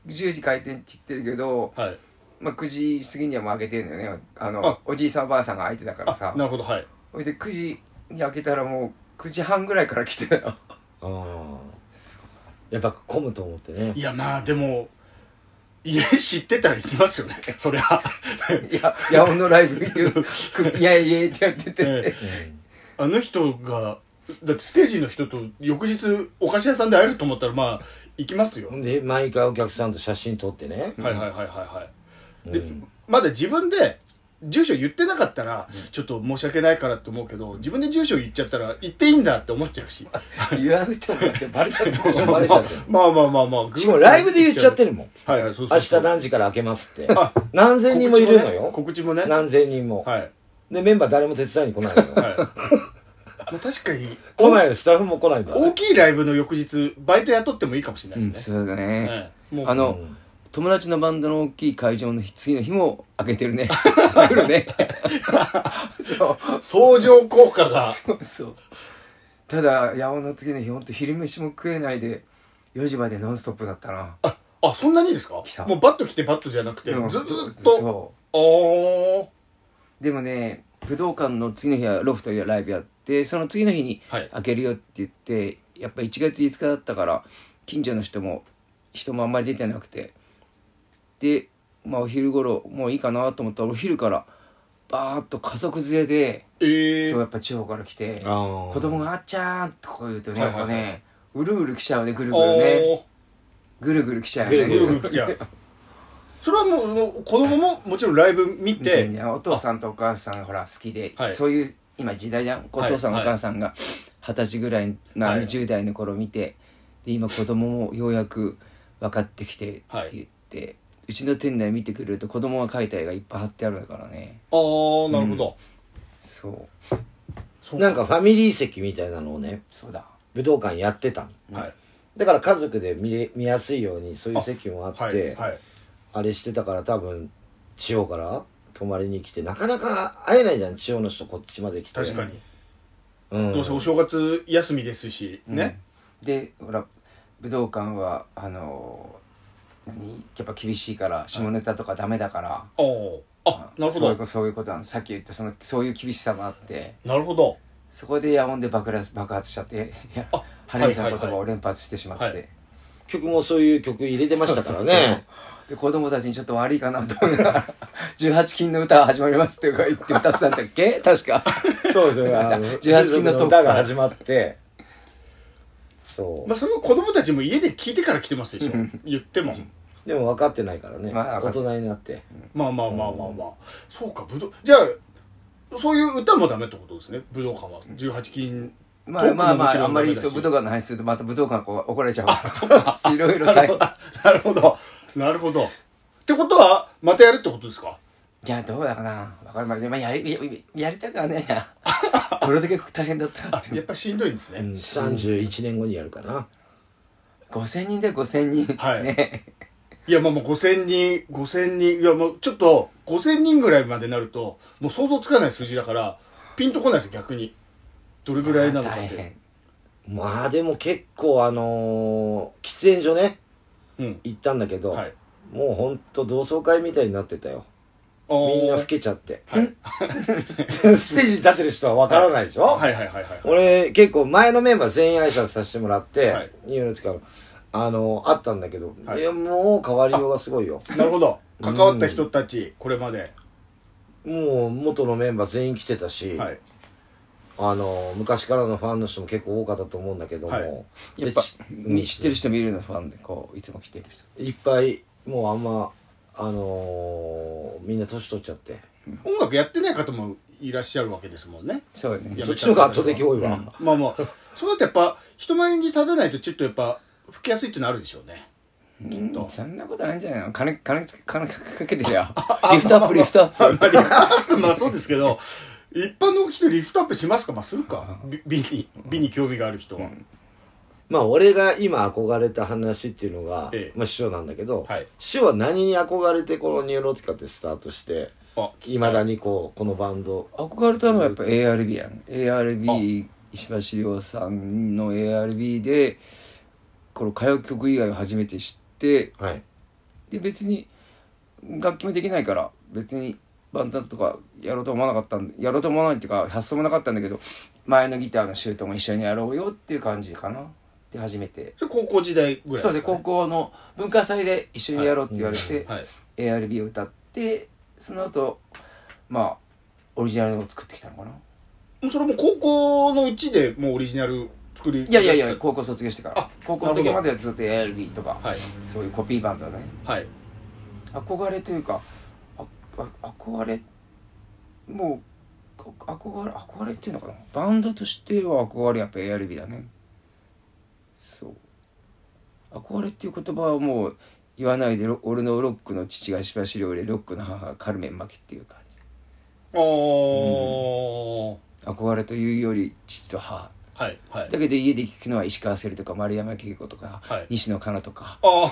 Speaker 5: 10時開店って言ってるけど、
Speaker 2: はい。
Speaker 5: まあ、9時過ぎにはもう開けてんだよねあの
Speaker 2: あ
Speaker 5: おじいさんおばあさんが開いてたから
Speaker 2: あ
Speaker 5: さ、
Speaker 2: なるほど、はい。
Speaker 5: ほいで9時に開けたらもう9時半ぐらいから来てたよ
Speaker 1: あーやっぱ混むと思ってね
Speaker 2: い。や、まあ、でも、家知ってたら行きますよね。そりゃ。
Speaker 5: いや八尾のライブ見ていやいやってやってて、
Speaker 2: えあの人が、だってステージの人と翌日お菓子屋さんで会えると思ったら、まあ、行きますよ。
Speaker 1: ほんで、毎回お客さんと写真撮ってね。
Speaker 2: はいはいはいはいはい。で、まだ自分で住所言ってなかったら、ちょっと申し訳ないからって思うけど、自分で住所言っちゃったら、行っていいんだって思っちゃうし。
Speaker 5: 言わなくてもだってバレちゃったでしょ
Speaker 1: バレちゃってる
Speaker 2: まあまあまあまあ。
Speaker 1: しかもライブで言っちゃってるもん。
Speaker 2: はいはい、そうそ
Speaker 1: 明
Speaker 2: う
Speaker 1: 日
Speaker 2: そう。
Speaker 1: 何時から開けますって
Speaker 2: あ。
Speaker 1: 何千人もいるのよ。
Speaker 2: 告知もね。告知もね
Speaker 1: 何千人も。
Speaker 2: はい。
Speaker 1: で、メンバー誰も手伝いに来ないのよ。
Speaker 2: はい。まあ確かに、
Speaker 1: 来ないよ、スタッフも来ないんだ。
Speaker 2: 大きいライブの翌日、バイト雇ってもいいかもしれな
Speaker 5: う
Speaker 2: い
Speaker 5: ん
Speaker 2: ですね。
Speaker 5: そうだね、
Speaker 2: ええもう
Speaker 5: あの、友達のバンドの大きい会場の日次の日も開けてるね来るねそう
Speaker 2: 相乗効果が。
Speaker 5: そうそうただ八尾の次の日ほんと昼飯も食えないで4時までノンストップだったな
Speaker 2: あ、あそんなにですか
Speaker 5: 来た
Speaker 2: もうバッと来てバッとじゃなくて、ず
Speaker 5: うん
Speaker 2: ーっと。
Speaker 5: そ
Speaker 2: あー。
Speaker 5: うでもね武道館の次の日はロフトやライブやってその次の日に
Speaker 2: はい
Speaker 5: 開けるよって言って、やっぱ1月5日だったから近所の人も人もあんまり出てなくてで、まあ、お昼頃もういいかなと思ったらお昼からバーッと家族連れで、
Speaker 2: ええ
Speaker 5: そうやっぱ地方から来て
Speaker 1: あー
Speaker 5: 子供が「あっちゃーん」ってこう言うとね、
Speaker 2: はいはいはい
Speaker 5: やっぱねうるうる来ちゃうねぐる
Speaker 2: あ
Speaker 5: ぐるね
Speaker 2: ー。
Speaker 5: ぐるぐる来ちゃう
Speaker 1: ぐ
Speaker 5: ね
Speaker 1: るぐる
Speaker 2: じゃあそれはもうもう子供ももちろんライブ見
Speaker 5: 見て
Speaker 2: て
Speaker 5: んじゃんお父さんとお母さんがほら好きで、
Speaker 2: はい
Speaker 5: そういう今時代じゃんお
Speaker 2: はい
Speaker 5: 父さんお
Speaker 2: はい
Speaker 5: 母さんが二十歳ぐらい、ま
Speaker 2: は
Speaker 5: あ、
Speaker 2: い
Speaker 5: 10代の頃見てで今子供もようやく分かってきてって
Speaker 2: はい
Speaker 5: 言って、うちの店内見てくれると子供が描いた絵がいっぱい貼ってあるからね
Speaker 2: ああなるほど、
Speaker 5: そう
Speaker 2: そう
Speaker 1: なんかファミリー席みたいなのをね、
Speaker 5: そうだ
Speaker 1: 武道館やってたの。
Speaker 2: はい
Speaker 1: だから家族で見れ見やすいようにそういう席もあって、
Speaker 2: はいはい
Speaker 1: あれしてたから多分地方から泊まりに来てなかなか会えないじゃん地方の人こっちまで来て
Speaker 2: 確かに、
Speaker 1: うん、
Speaker 2: どうせお正月休みですし、ね
Speaker 5: でほら武道館はあのー何やっぱ厳しいから下ネタとかダメだから、
Speaker 2: あーあなるほ
Speaker 5: そういうこ
Speaker 2: ど
Speaker 5: とそういうことなんですさっき言ったそのそういう厳しさもあって
Speaker 2: なるほど
Speaker 5: そこで野音で爆発爆発しちゃっていや
Speaker 2: あ
Speaker 5: 花見ちゃんの言葉
Speaker 2: はい
Speaker 5: を
Speaker 2: はい
Speaker 5: 連発してしまって、
Speaker 2: はい
Speaker 1: 曲もそういう曲入れてましたからね
Speaker 5: で子供たちにちょっと悪いかなと思いながら「18禁の歌始まります」って言って歌ってたんだっけ確か
Speaker 1: そうです ね
Speaker 5: あの18金のトーク
Speaker 1: 歌が始まってそ
Speaker 2: まあそれを子供たちも家で聞いてから来てますでしょ言っても
Speaker 1: うでも分かってないからね、
Speaker 5: まあ
Speaker 1: 大人になって
Speaker 2: まあまあまあまあまあそうか武道じゃあそういう歌もダメってことですね武道館は18禁
Speaker 5: まあまあまああんまり
Speaker 2: トークももちろんダメだし
Speaker 5: そう武道館の話するとまた武道館こう怒られちゃうからいろいろ大変
Speaker 2: あ なるほどなるほどってことはまたやるってことですか
Speaker 5: いやどうだかな分かんないでもやりややりたくはねえなどれだけ大変だった
Speaker 2: あ
Speaker 5: かって
Speaker 2: やっぱしん どいんですね、
Speaker 1: うん31年後にやるかな、
Speaker 5: 5000人で5000人、
Speaker 2: はい
Speaker 5: ね
Speaker 2: いやまあもう5000人5000人いやもうちょっと5000人ぐらいまでなるともう想像つかない数字だからピンとこないです逆にどれぐらいなのか
Speaker 5: 大
Speaker 2: って
Speaker 5: 変
Speaker 1: まあでも結構あのー喫煙所ね
Speaker 2: うん
Speaker 1: 行ったんだけど、
Speaker 2: はい
Speaker 1: もうほんと同窓会みたいになってたよ
Speaker 2: あー
Speaker 1: みんな老けちゃって、
Speaker 2: はい
Speaker 1: ステージに立ってる人は分からないでしょ、
Speaker 2: はいはいはいはい
Speaker 1: 俺結構前のメンバー全員挨拶させてもらって、
Speaker 2: はい
Speaker 1: ニューロティカのあのあったんだけど、
Speaker 2: はい
Speaker 1: い、やもう変わりようがすごいよ
Speaker 2: なるほど関わった人たちこれまで
Speaker 1: もう元のメンバー全員来てたし、
Speaker 2: はい
Speaker 1: あの昔からのファンの人も結構多かったと思うんだけども、
Speaker 2: はい
Speaker 1: で
Speaker 5: やっぱ
Speaker 1: ち
Speaker 5: に知ってる人もいるのファンでこういつも来てる人
Speaker 1: いっぱいもうあんまあのーみんな年取っちゃって
Speaker 2: 音楽やってない方もいらっしゃるわけですもんね
Speaker 5: そうよね
Speaker 2: いや
Speaker 1: そっちの方が圧倒的多いわ、
Speaker 2: まあまあそうだってやっぱ人前に立たないとちょっとやっぱ吹きやすいってのあるでしょうね
Speaker 5: うん
Speaker 2: と
Speaker 5: そんなことないんじゃないの金金つけ金かけてりゃ リフトアップリフトアップ
Speaker 2: まあそうですけど、一般の人リフトアップしますかまあするか。び美に、美に興味がある人は。
Speaker 1: まあ俺が今憧れた話っていうのが、
Speaker 2: ええ
Speaker 1: まあ師匠なんだけど、
Speaker 2: はい
Speaker 1: 師匠は何に憧れてこのニューロティカってスタートして
Speaker 2: あ、
Speaker 1: いまだにこうこのバンド
Speaker 5: 憧れたのはやっぱ ARB やん ARB 石橋亮さんの ARB でこの歌謡曲以外を初めて知って
Speaker 1: はい
Speaker 5: で別に楽器もできないから別にバンドとかやろうと思わなかったんやろうと思わないっていうか発想もなかったんだけど前のギターのシュートも一緒にやろうよっていう感じかなで初めて
Speaker 2: それ高校時代ぐらい
Speaker 5: そうです高校の文化祭で一緒にやろうって言われて、
Speaker 2: はい
Speaker 5: ARB を歌ってその後まあオリジナルを作ってきたのかな
Speaker 2: もうそれも高校のうちでもうオリジナル作り
Speaker 5: いやいやいや
Speaker 2: は
Speaker 5: 高校卒業してか
Speaker 2: あ
Speaker 5: ら高校の時まではずっと ARB とか、
Speaker 2: い
Speaker 5: そういうコピーバンドだね
Speaker 2: はい
Speaker 5: 憧れというかああ憧れもうあ憧れ憧れっていうのかなバンドとしては憧れやっぱ ARB だねそう憧れっていう言葉はもう言わないでロ俺のロックの父がしばし料理ロックの母がカルメン巻きっていう感
Speaker 2: あー
Speaker 5: じ憧れというより父と母
Speaker 2: はいはい
Speaker 5: だけど家で聞くのは石川せりとか丸山恵子とか、
Speaker 2: はい
Speaker 5: 西野カナとか
Speaker 2: あ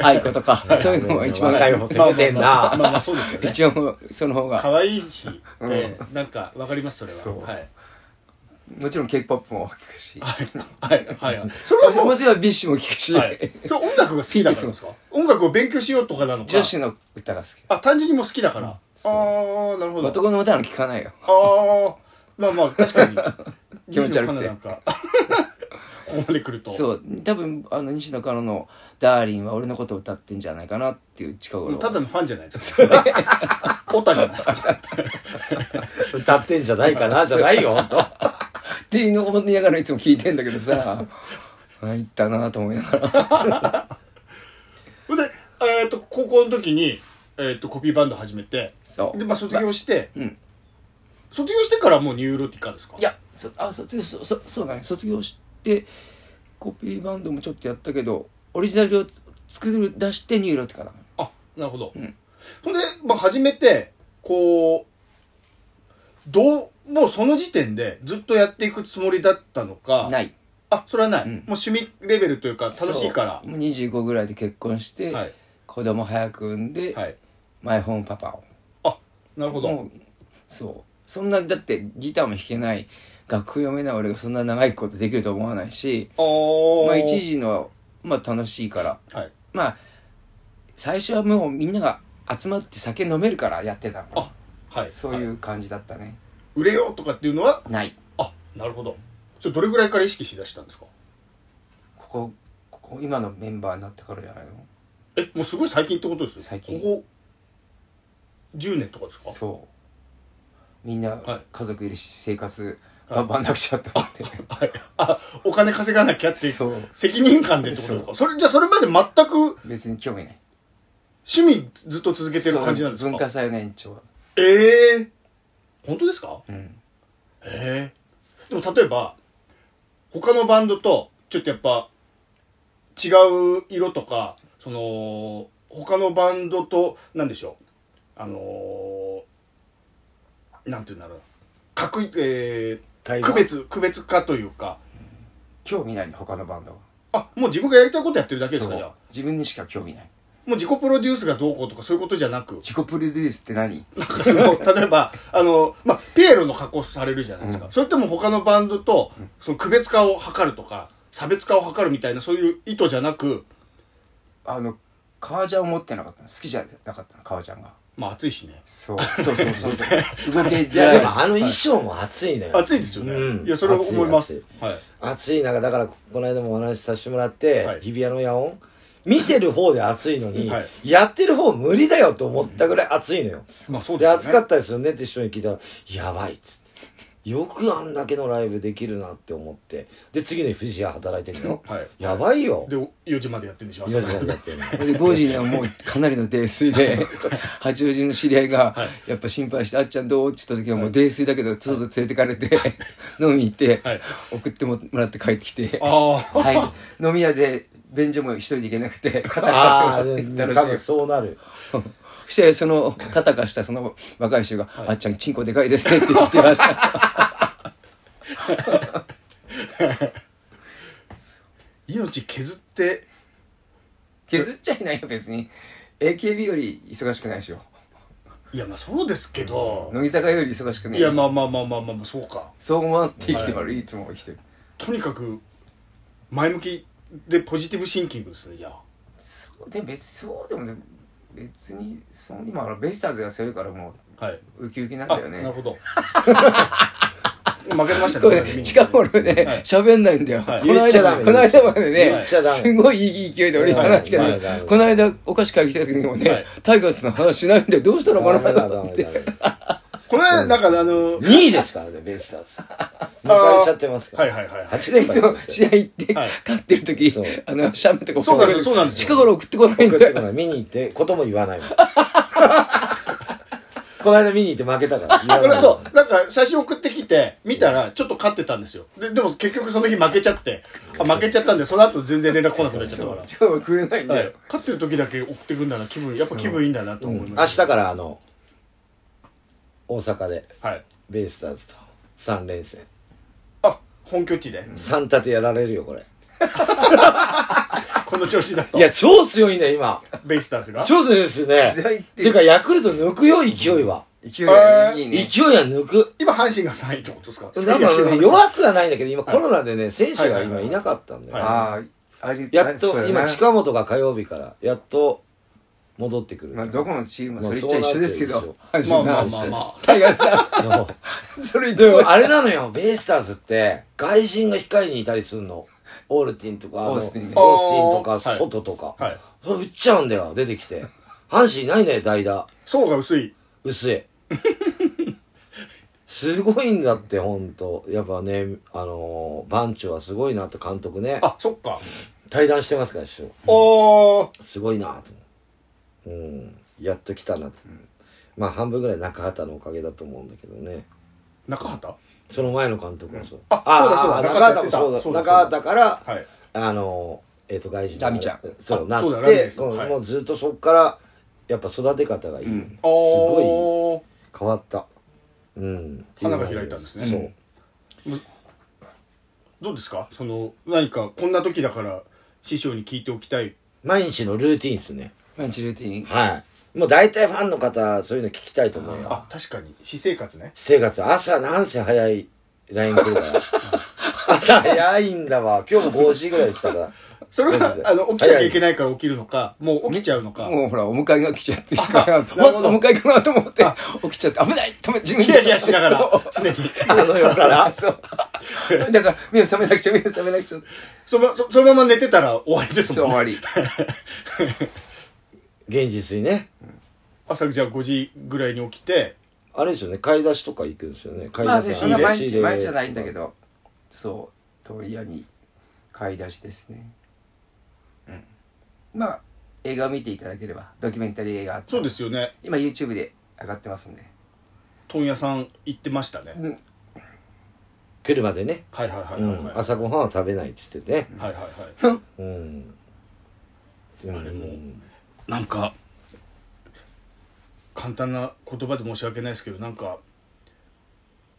Speaker 2: あ
Speaker 5: 愛子とかそういうのが一番
Speaker 1: 若い方攻めてん
Speaker 2: まあまあ
Speaker 1: な。
Speaker 2: まあそうですよね
Speaker 5: 一応その方が
Speaker 2: 可愛いし、
Speaker 5: うん
Speaker 2: ええなんかわかりますそれは
Speaker 5: そう
Speaker 2: はい
Speaker 5: もちろん k p o p も聞くし
Speaker 2: はいはいはいそれはも
Speaker 5: もちろんビッシュも聞くし、
Speaker 2: う、はい、それ音楽が好きだからですか音楽を勉強しようとかなのか
Speaker 5: 女子の歌が好き
Speaker 2: あ単純にもう好きだから、あ
Speaker 5: そう
Speaker 2: あなるほど
Speaker 5: 男の歌の聞かないよ
Speaker 2: ああまあまあ確かに
Speaker 5: 気持ち悪
Speaker 2: 西野
Speaker 5: くて
Speaker 2: カナなんか ここまで来ると
Speaker 5: そう多分あの西野カナの「ダーリンは俺のことを歌ってんじゃないかなっていう近
Speaker 2: も
Speaker 5: 頃
Speaker 2: うただのファンじゃないですかオタじゃないですか
Speaker 1: 歌ってんじゃないか な、じゃないよ、ほんと。
Speaker 5: っていうのを思いながらいつも聞いてんだけど さ入ったなと思いながら
Speaker 2: それで、えー、と高校の時に、えー、とコピーバンド始めて
Speaker 5: そう
Speaker 2: で、まあ、卒業して、
Speaker 5: うん
Speaker 2: 卒業してからもうニューロティカですか
Speaker 5: いやそあ卒業そそそうだね卒業してコピーバンドもちょっとやったけどオリジナルを作る出してニューロってから
Speaker 2: あなるほど、
Speaker 5: ん
Speaker 2: それで、まあ、始めてこうどうもうその時点でずっとやっていくつもりだったのか
Speaker 5: ない
Speaker 2: あそれはない、
Speaker 5: うん
Speaker 2: もう趣味レベルというか楽しいから
Speaker 5: そうもう25ぐらいで結婚して、
Speaker 2: はい
Speaker 5: 子供早く産んで、
Speaker 2: はい
Speaker 5: マイホームパパを
Speaker 2: あなるほど、
Speaker 5: もうそうそんなだってギターも弾けない楽譜読めない俺がそんな長いことできると思わないし
Speaker 2: あ
Speaker 5: まあ一
Speaker 2: 時
Speaker 5: 時のまあ楽しいから
Speaker 2: はい
Speaker 5: まあ最初はもうみんなが集まって酒飲めるからやってたの
Speaker 2: あはい、
Speaker 5: そういうう感じだったね、
Speaker 2: 売れようとかっていうのは
Speaker 5: ない
Speaker 2: あなるほどそれどれぐらいから意識しだしたんですか
Speaker 5: ここここ今のメンバーになってからじゃないの
Speaker 2: えもうすごい最近ってことですよ
Speaker 5: 最近
Speaker 2: ここ10年とかですか
Speaker 5: そうみんない家族いるし生活バンバンなくちゃって思って、
Speaker 2: はいあお金稼がなきゃっていう
Speaker 5: そう
Speaker 2: 責任感でってことですかそれじゃあそれまで全く
Speaker 5: 別に興味ない
Speaker 2: 趣味ずっと続けてる感じなんです
Speaker 5: そう文化
Speaker 2: か
Speaker 5: 祭の延長
Speaker 2: ええ本当ですか
Speaker 5: うん
Speaker 2: ええでも例えば他のバンドとちょっとやっぱ違う色とかその他のバンドと何でしょうあのー、なんていうんだろうかくい、えー、区別区別化というか
Speaker 5: 興味ないの他のバンドは
Speaker 2: あもう自分がやりたいことやってるだけですか
Speaker 5: そう
Speaker 2: じゃあ
Speaker 5: 自分にしか興味ない
Speaker 2: もう自己プロデュースがどうこうとかそういうことじゃなく
Speaker 5: 自己プロデュースって何
Speaker 2: なんか その、例えば、あの、まあ、ピエロの格好されるじゃないですか。それとも他のバンドと、その区別化を図るとか、差別化を図るみたいな、そういう意図じゃなく、
Speaker 5: あの革ジャンを持ってなかったの好きじゃなかったの革ジャンが
Speaker 2: まあ、暑いしね。
Speaker 5: そうそうそう そう動け
Speaker 1: い
Speaker 5: づ
Speaker 1: や、
Speaker 5: ら
Speaker 1: で
Speaker 5: い
Speaker 1: もあの衣装も暑いのよ。
Speaker 2: 暑いですよね。
Speaker 1: うん
Speaker 2: いや、それは思いま
Speaker 1: 暑い
Speaker 2: す。はい。
Speaker 1: 暑い中、だから、この間もお話しさせてもらって
Speaker 2: はい、
Speaker 1: 日比谷の野音見てる方で暑いのに
Speaker 2: はい、
Speaker 1: やってる方無理だよと思ったぐらい暑いのよ。
Speaker 2: まあ、そうで
Speaker 1: です
Speaker 2: よね。
Speaker 1: 暑かったですよねって人に聞いたら「やばい」っつってよくあんだけのライブできるなって思ってで次の日藤屋働いてるの、
Speaker 2: はい
Speaker 1: やばいよ
Speaker 2: で、4時までやってるんでしょ、
Speaker 1: 4時間だって
Speaker 5: で5時にはもうかなりの泥酔で八王子の知り合いが
Speaker 2: はい
Speaker 5: やっぱ心配して「あっちゃんどう?」って言った時はもう泥酔だけどちょっと連れてかれて飲みに行って
Speaker 2: はい
Speaker 5: 送ってもらって帰ってきて
Speaker 2: ああ。
Speaker 5: はい飲み屋で便所も一人で行けな くて肩
Speaker 1: ああ
Speaker 5: 貸してもらって
Speaker 1: 多
Speaker 5: 楽しい
Speaker 1: 分そうなる
Speaker 5: そしてその肩貸したその若い衆が「あっちゃんチンコでかいですね」って言ってました
Speaker 2: 命削って、
Speaker 5: 削っちゃいないよ別に AKB より忙しくないでしょ
Speaker 2: いや、まあ、そうですけど、
Speaker 5: 乃木坂より忙しくない
Speaker 2: いや、まあまあまあまあまあまあ、そうか。
Speaker 5: そう思って生きてる、い、つも生きてる
Speaker 2: とにかく、前向きでポジティブシンキングですね、じゃあ。
Speaker 5: そうでも別そうでもね別にそう今ほらベイスターズが強いからも
Speaker 2: はい。
Speaker 5: うウキウキなん
Speaker 2: あ、
Speaker 5: だよね
Speaker 2: なるほど。負けました
Speaker 5: こ
Speaker 2: ね
Speaker 5: れ。近頃
Speaker 2: はい
Speaker 5: ね、喋んないんだよ。こ
Speaker 2: はい
Speaker 5: の
Speaker 1: 言っちゃ
Speaker 5: 間
Speaker 1: ダメ
Speaker 5: まで、この間まで
Speaker 1: 言
Speaker 5: ね、
Speaker 1: っちゃダメ
Speaker 5: すごいいい勢いで俺に話しかけて
Speaker 1: はい
Speaker 5: この間お菓子買いに来た時にも
Speaker 2: は
Speaker 5: ね
Speaker 2: い、
Speaker 5: タイガースの話しないんでどうしたのか
Speaker 1: ダメ
Speaker 5: な
Speaker 1: だ、
Speaker 5: と
Speaker 1: ダ
Speaker 5: 思っ
Speaker 1: メ
Speaker 5: て。
Speaker 1: だ。
Speaker 2: これ、なんかあの、
Speaker 1: 2位ですからね、ベイスターズ。 抜かれちゃってますか
Speaker 2: はい
Speaker 1: ら。
Speaker 2: はいはい。
Speaker 1: 8
Speaker 5: で
Speaker 1: 連
Speaker 5: いつ
Speaker 1: 敗
Speaker 5: も試合行って、
Speaker 2: はい
Speaker 5: 勝ってる時
Speaker 1: そう、
Speaker 5: あの、シャメとか
Speaker 2: そうなんですよそう
Speaker 5: 送っ
Speaker 2: なん
Speaker 5: て
Speaker 2: ですよ
Speaker 5: 近頃送ってこないん
Speaker 1: 送ってこ
Speaker 5: だよ。
Speaker 1: ない見に行って、ことも言わない もん。この間見に行って負けた から。
Speaker 2: こ
Speaker 1: こ
Speaker 2: れそう、なんか写真送ってきて、見たら、ちょっと勝ってたんですよ。で、でも結局その日負けちゃって、あ負けちゃったんで、その後全然連絡来なくなっちゃったか
Speaker 5: 今日はくれないん
Speaker 2: ら。はい
Speaker 5: だよ。、
Speaker 2: 勝ってる時だけ送ってくんだなら気分、やっぱ気分いいんだなと思い
Speaker 1: 明
Speaker 2: ま
Speaker 1: 日
Speaker 2: した。
Speaker 1: からあの、大阪で、
Speaker 2: はい。
Speaker 1: ベイスターズと3連戦。
Speaker 2: あ、本拠地で。
Speaker 1: 3立てやられるよ、これ。
Speaker 2: この調子だと
Speaker 1: い。や、超強いんだよ、今。
Speaker 2: ベイスターズが。
Speaker 1: 超強いですよね。
Speaker 5: 時代って
Speaker 1: ていうか、ヤクルト抜くよ、勢いは。
Speaker 5: 勢いがねいい
Speaker 1: 勢
Speaker 5: ね。
Speaker 1: いは抜く。
Speaker 2: 今、阪神が3位ってことですか
Speaker 1: なんかね弱くはないんだけど、今コロナでね、選手が今いなかったんだよ。
Speaker 2: はい
Speaker 5: ああ、あり
Speaker 1: やっ
Speaker 5: そうだ
Speaker 1: と、
Speaker 5: ね
Speaker 1: 今、近本が火曜日から、やっと戻ってくる。
Speaker 5: まあ、どこのチームもそれ言っ
Speaker 1: ま
Speaker 5: ちゃ
Speaker 1: あ
Speaker 5: 一緒ですけ
Speaker 1: そう
Speaker 5: ど、
Speaker 1: な
Speaker 5: 阪神
Speaker 2: まあま
Speaker 5: さ
Speaker 2: あま
Speaker 5: ん、
Speaker 2: あま
Speaker 5: タイガースさ
Speaker 1: そ
Speaker 5: ん、 そ れ
Speaker 1: うで
Speaker 5: 言って
Speaker 1: も、あれなのよ、ベイスターズって、外人が控えにいたりするの。オールティンとか、あの
Speaker 5: オースティンね
Speaker 1: オースティンと
Speaker 2: あ
Speaker 1: か、
Speaker 2: ーはい
Speaker 1: 外とか。
Speaker 2: あ。はい。
Speaker 1: それ打っちゃうんだよ、出てきて。阪神いないね、代打。
Speaker 2: 層が薄い。
Speaker 1: 薄い。 すごいんだって、ほんと。やっぱね、あのー、番長はすごいなって監督ね。
Speaker 2: あ、そっか。
Speaker 1: 対談してますから、師匠。
Speaker 2: おー。
Speaker 1: すごいなと思う。うん。やっと来たなと。まあ、半分ぐらい中畑のおかげだと思うんだけどね。
Speaker 2: 中畑
Speaker 1: その前の監督もそう。
Speaker 2: あそうだそうだ
Speaker 1: あー中畑もそうだ。
Speaker 2: 中畑やってたそうだ
Speaker 1: 中畑から、
Speaker 2: はい。
Speaker 1: あのー、えっ、と、外人の
Speaker 5: ラミちゃん
Speaker 1: そう、
Speaker 2: あ
Speaker 1: なっ
Speaker 2: そうだラミで
Speaker 1: て、
Speaker 2: す
Speaker 1: こう
Speaker 2: はい
Speaker 1: もうずっとそっから、やっぱ育て方がいい。
Speaker 5: うん
Speaker 1: すごい
Speaker 2: おー。
Speaker 1: 変わった。うん。
Speaker 2: 花が開いたんですね
Speaker 1: そう。
Speaker 2: どうですかその、何か、こんな時だから、師匠に聞いておきたい。
Speaker 1: 毎日のルーティンですね。
Speaker 5: パンチルーティン。
Speaker 1: はい。もう大体ファンの方、そういうの聞きたいと思うよ。
Speaker 2: あ、確かに。私生活ね。
Speaker 1: 私生活、朝なんせ早い LINE 来るから。 朝早いんだわ。今日も5時ぐらい来たから。
Speaker 2: それは、あの、起きなきゃいけないから起きるのか、もう起きちゃうのか。
Speaker 5: もうほら、お迎えが来ちゃって、
Speaker 2: あなるほど
Speaker 5: わお迎えかなと思って
Speaker 2: あ、
Speaker 5: 起きちゃって、危ない止め、自分
Speaker 2: ヒ
Speaker 5: で
Speaker 2: ヤヒヤしながら
Speaker 5: そう、
Speaker 2: 常に。
Speaker 1: あの夜から。
Speaker 5: そう。だから、目を覚めなくちゃ、目を覚めなくちゃ。
Speaker 2: そのそそのまま寝てたら終わりです
Speaker 5: そう、
Speaker 2: もん
Speaker 5: 終
Speaker 2: ね。
Speaker 5: わり。
Speaker 1: 現実にね。
Speaker 2: 朝じゃあ5時ぐらいに起きて、
Speaker 1: あれですよね。買い出しとか行くんですよね。買い
Speaker 5: まあ、
Speaker 1: 出
Speaker 5: で
Speaker 1: し。
Speaker 5: そんな毎
Speaker 1: 仕
Speaker 5: 日、
Speaker 1: 入れ
Speaker 5: 毎日じゃないんだけ。ど、そう、問屋に買い出しですね。うん。まあ、映画を見ていただければ、ドキュメンタリー映画。
Speaker 2: そうですよね。
Speaker 5: 今、YouTube で上がってますんで。
Speaker 2: 問屋さん行ってましたね。
Speaker 5: うん
Speaker 1: 車でね。
Speaker 2: はいはいはいうはい
Speaker 1: ん。
Speaker 2: はい。
Speaker 1: 朝ごはんは食べないって言ってね。
Speaker 2: はいはいはい。
Speaker 1: うん。うん
Speaker 2: あれもなんか簡単な言葉で申し訳ないですけどなんか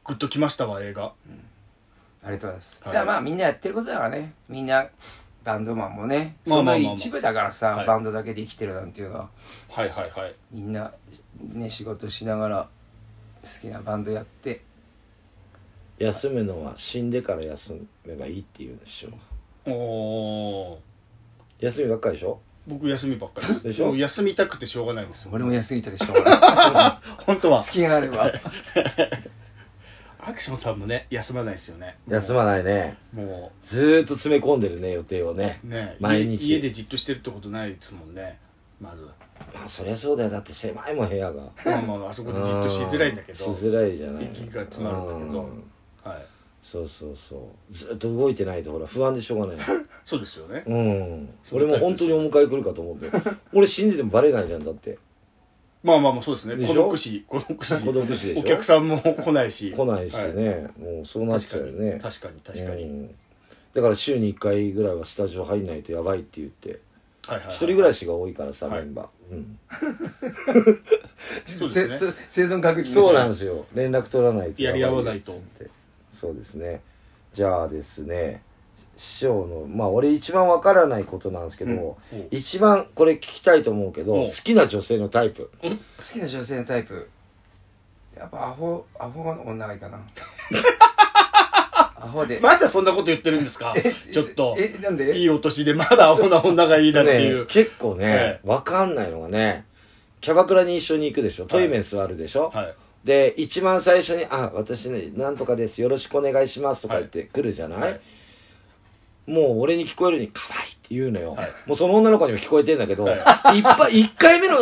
Speaker 2: グッときましたわ映画
Speaker 5: ありがとうございます。
Speaker 2: はい
Speaker 5: だからまあみんなやってることだからね。みんなバンドマンもね、
Speaker 2: まあ
Speaker 5: そ
Speaker 2: まあまあ
Speaker 5: の
Speaker 2: まあ
Speaker 5: 一部だからさ、
Speaker 2: はい
Speaker 5: バンドだけで生きてるなんていうのは、
Speaker 2: はいはいはい
Speaker 5: みんなね仕事しながら好きなバンドやって、
Speaker 1: 休むのは死んでから休めばいいって言うんでしょ。
Speaker 2: おー
Speaker 1: 休みばっかりでしょ
Speaker 2: 僕休みばっかりです
Speaker 1: でしょ
Speaker 2: もう休みたくてしょうがないんですよ
Speaker 5: 俺も休みたくてしょ うがない。
Speaker 2: 本当は
Speaker 5: 好きがあれば。
Speaker 2: アクションさんもね休まないですよね
Speaker 1: 休まないね。
Speaker 2: も
Speaker 1: ずーっと詰め込んでるね、予定をね。
Speaker 2: うね
Speaker 1: 毎日
Speaker 2: 家家でじっとしてるってことないですもんねまず
Speaker 1: まあそりゃそうだよだって狭いもん部屋が
Speaker 2: まあまああそこでじっとしづらいんだけど
Speaker 1: しづらいじゃない
Speaker 2: 息が詰まるんだけど
Speaker 1: うん
Speaker 2: はい
Speaker 1: そうそうそうずっと動いてないとほら不安でしょうがない
Speaker 2: そうですよね
Speaker 1: うん
Speaker 2: そう
Speaker 1: 俺も本当にお迎え来るかと思うけど 俺死んでてもバレないじゃんだって
Speaker 2: まあまあまあそうですね
Speaker 1: でし
Speaker 2: 孤
Speaker 1: ょ
Speaker 2: 独死孤独死
Speaker 1: 孤独死でしょ
Speaker 2: お客さんも 来ないし
Speaker 1: 来ないし
Speaker 2: はい
Speaker 1: ね、もうそうなっ
Speaker 2: 確
Speaker 1: ち
Speaker 2: か
Speaker 1: ゃうよ
Speaker 2: に、
Speaker 1: ね
Speaker 2: 確かに確かに、
Speaker 1: うんだから週に1回ぐらいはスタジオ入んないとやばいって言って
Speaker 2: はいはいは
Speaker 1: 一
Speaker 2: い
Speaker 1: 人暮らしが多いからさ、
Speaker 2: はい
Speaker 1: メンバー、うん、
Speaker 2: そうですね
Speaker 5: せせ生存確率ね
Speaker 1: そうなんですよ連絡取らないと
Speaker 2: や
Speaker 1: ば
Speaker 2: り合わないと
Speaker 1: ってそうですねじゃあですね師匠のまあ俺一番わからないことなんですけど、
Speaker 2: うんうん
Speaker 1: 一番これ聞きたいと思うけど、
Speaker 2: うん
Speaker 1: 好きな女性のタイプ
Speaker 5: 好きな女性のタイ プ。やっぱアホ、アホの女がいいかな。アホで。
Speaker 2: まだそんなこと言ってるんですかちょっと。
Speaker 5: え、なんで
Speaker 2: いいお年でまだアホな女がいいだってい
Speaker 1: ね
Speaker 2: う。
Speaker 1: 結構ね
Speaker 2: え、
Speaker 1: わかんないのがね、キャバクラに一緒に行くでしょ、トイメン座るでしょ、
Speaker 2: はい。
Speaker 1: で、一番最初に、あ、私ね、なんとかです、よろしくお願いしますとか言って来るじゃない、
Speaker 2: はい
Speaker 1: もう俺に聞こえるように、可愛いって言うのよ。もうその女の子にも聞こえてんだけど、
Speaker 2: は
Speaker 1: 一ぱ一回目の、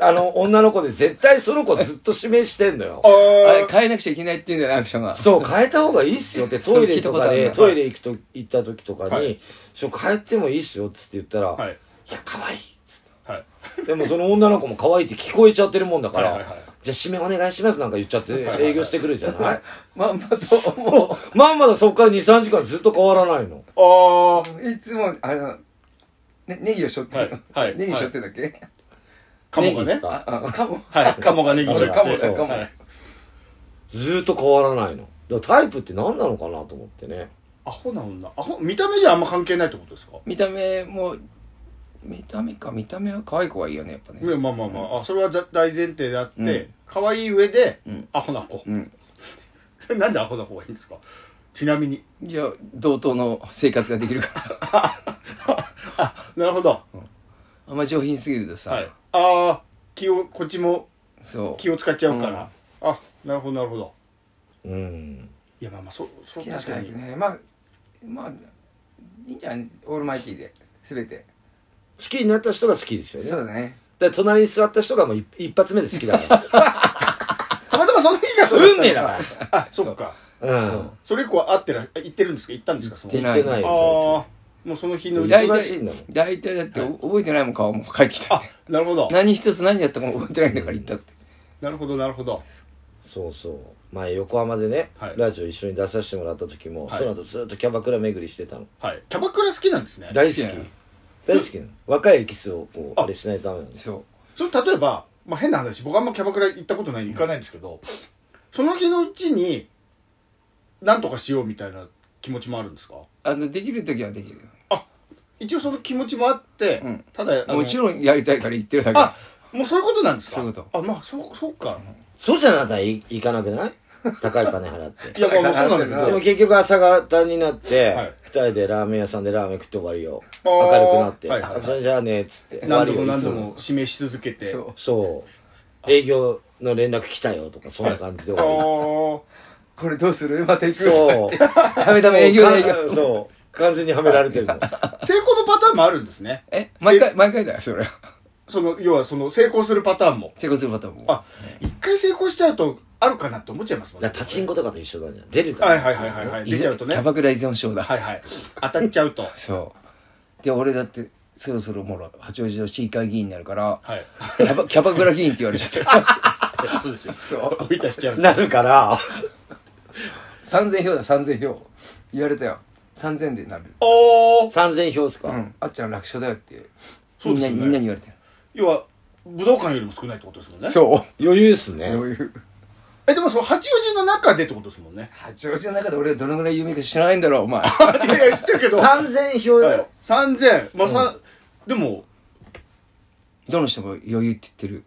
Speaker 1: あの、女の子で絶対その子ずっと指名してんのよ。
Speaker 5: あ
Speaker 2: あ
Speaker 5: れ変えなくちゃいけないって言うんだよな、アクションが。
Speaker 1: そう、変えた方がいいっすよって、
Speaker 5: そう
Speaker 1: トイレとか
Speaker 5: 聞い
Speaker 1: で、
Speaker 5: たことあ
Speaker 1: ト
Speaker 5: る
Speaker 1: イレ行くと、行った時とかに、
Speaker 2: はい
Speaker 1: ちょ変えてもいいっすよっつって言ったら、
Speaker 2: あ。はい。
Speaker 1: いや、可愛いっつっ
Speaker 2: はい。
Speaker 1: てでもその女の子も可愛いって聞こえちゃってるもんだから、
Speaker 2: はいはいはい
Speaker 1: じゃあ締めお願いしますなんか言っちゃって営業してくるじゃない、
Speaker 5: まあまあ、そう、も
Speaker 1: まんまだそっから2、3時間ずっと変わらないの。
Speaker 2: ああ。
Speaker 5: う、いつも、あの、ね、ネギをしょってる。
Speaker 2: はいはい
Speaker 5: ネギしょってんだっけ
Speaker 2: カモが
Speaker 1: ネギ
Speaker 2: ね。
Speaker 1: か
Speaker 5: あ、あ、かも。
Speaker 2: はい。カモがネギ
Speaker 5: そ
Speaker 2: じゃ
Speaker 5: うかも、そうかも。
Speaker 2: はい。
Speaker 1: ずーっと変わらないの。だからタイプって何なのかなと思ってね。
Speaker 2: アホな女。アホ、見た目じゃあんま関係ないってことですか
Speaker 5: 見た目も、見た目か、見た目は可愛い子がいいよね、やっぱね。
Speaker 2: いやまあまあまあ、あそれはざ大前提であっ
Speaker 5: うん
Speaker 2: て、可愛い上で
Speaker 5: うん、
Speaker 2: アホな子。
Speaker 5: うん。
Speaker 2: なんでアホな方がいいんですかちなみに。
Speaker 5: いや、同等の生活ができるから。
Speaker 2: あ、なるほど。
Speaker 5: あんま上品すぎるとさ、
Speaker 2: はい。ああ、気を、こっちも
Speaker 5: そう。
Speaker 2: 気を使っちゃうから。あ、なるほど、なるほど。
Speaker 1: うん。
Speaker 2: いや、まあまあ、そう、そ
Speaker 5: 好
Speaker 2: う、
Speaker 5: きな
Speaker 2: 確
Speaker 5: タ
Speaker 2: か
Speaker 5: イ
Speaker 2: に
Speaker 5: プ。ね。まあ、まあ、いいんじゃん、オールマイティーで。すべて。
Speaker 1: 好きになった人が好きですよね。だ
Speaker 5: そ
Speaker 1: か
Speaker 5: うだね。
Speaker 1: ら隣に座った人がもう一一発目で好きだか
Speaker 2: たまたまその日がそう。
Speaker 1: 運命だから
Speaker 2: あ、そっか。
Speaker 1: ら。う
Speaker 5: そ
Speaker 1: ん
Speaker 5: う。
Speaker 2: それ以降は会ってら、行ってるんですか行ったんですかその
Speaker 5: 行って
Speaker 1: 行ってない
Speaker 2: ああ
Speaker 1: よ。
Speaker 2: ー、もうその日のうち
Speaker 1: 大
Speaker 5: 大
Speaker 1: 体忙
Speaker 5: 体
Speaker 1: しいんだもん
Speaker 5: 大体だってお覚えてないもん顔も帰ってきた
Speaker 2: あ
Speaker 5: って、
Speaker 2: なるほど。
Speaker 5: 何一つ何やったかも覚えてないんだから行ったって
Speaker 2: なるほど、なるほど。
Speaker 1: そうそう。前横浜でね
Speaker 2: はい、
Speaker 1: ラジオ一緒に出させてもらった時も、
Speaker 2: はい
Speaker 1: その後ずっとキャバクラ巡りしてたの。
Speaker 2: はい。キャバクラ好きなんですね。
Speaker 1: 大好き
Speaker 5: 好きなの。
Speaker 1: 大好きなの。若いエキスをこう、
Speaker 2: あ
Speaker 1: あれしないためなんです。
Speaker 5: そ
Speaker 2: それ例えば、まあ、変な話僕あんまキャバクラ行ったことない行かないんですけどその日のうちに何とかしようみたいな気持ちもあるんですか
Speaker 5: うあのできる時はできるよ
Speaker 2: あ一応その気持ちもあって、
Speaker 5: うん
Speaker 2: ただあの
Speaker 5: もちろんやりたいから行ってるだけ
Speaker 2: あもうそういうことなんですか
Speaker 5: そういうこと
Speaker 2: あまあそうそうか
Speaker 1: そうじゃなかったらい行かなくない高い金払 って
Speaker 2: い。やまあまあそうなんだけど
Speaker 1: でも結局朝方になって、
Speaker 2: はい
Speaker 1: 二人でラーメン屋さんでラーメン食って終わりよ。
Speaker 2: あ
Speaker 1: 明
Speaker 2: ー
Speaker 1: るくなって。
Speaker 2: はいはいはい
Speaker 1: あそれじゃあね、っつって。終わ
Speaker 2: 何
Speaker 1: り
Speaker 2: 度
Speaker 1: よ
Speaker 2: も何度
Speaker 1: い
Speaker 2: も指名し続けて
Speaker 5: そう
Speaker 1: つそう。営業の連絡来たよとか、そんな感じで
Speaker 2: あ
Speaker 1: 終わ
Speaker 2: ー
Speaker 5: これどうするまた行
Speaker 1: り。そう。
Speaker 5: ダメダメ営業営業
Speaker 1: 業。そう。完全にはめられてるの。
Speaker 2: 成功のパターンもあるんですね
Speaker 5: え毎回毎回だよそ れは
Speaker 2: その要はその成功するパターンも
Speaker 5: 成功するパターンも
Speaker 2: あ一回成功しちゃうとあるかなって思っちゃいますもん
Speaker 1: だ
Speaker 2: ね
Speaker 1: からパチンコとかと一緒なんじゃん。出るから。
Speaker 2: はいはいはいはいはい出ちゃうとね
Speaker 5: キャ
Speaker 2: は
Speaker 5: バクラ依存症だ、
Speaker 2: いはい当たっちゃうと
Speaker 5: そうで俺だってそろそろもう八王子の市議会議員になるから
Speaker 2: はい
Speaker 5: キャバキャバクラ議員って言われちゃっ た
Speaker 2: そうですよ。
Speaker 5: そう
Speaker 2: 追い出しちゃうんで。
Speaker 1: なるから、
Speaker 5: 3000票だ3000票言われたよ3000でなる
Speaker 2: おー
Speaker 1: 3000票っすか、
Speaker 5: うんあっちゃん楽勝だよって
Speaker 2: そ
Speaker 5: み
Speaker 2: うんです
Speaker 5: な
Speaker 2: よね
Speaker 5: みんなに言われてる
Speaker 2: 要は、武道館よりも少ないってことですもんね。
Speaker 5: そう
Speaker 1: 余裕っすね。
Speaker 5: 余裕。
Speaker 2: え、でもその八王子の中でってことですもんね
Speaker 5: 八王子の中で俺はどのぐらい有名か知らないんだろうお前
Speaker 2: いやいや、知ってるけど。
Speaker 1: 3000票よ。
Speaker 2: はい3000。まあ、さ、でも、
Speaker 5: どの人も余裕って言ってる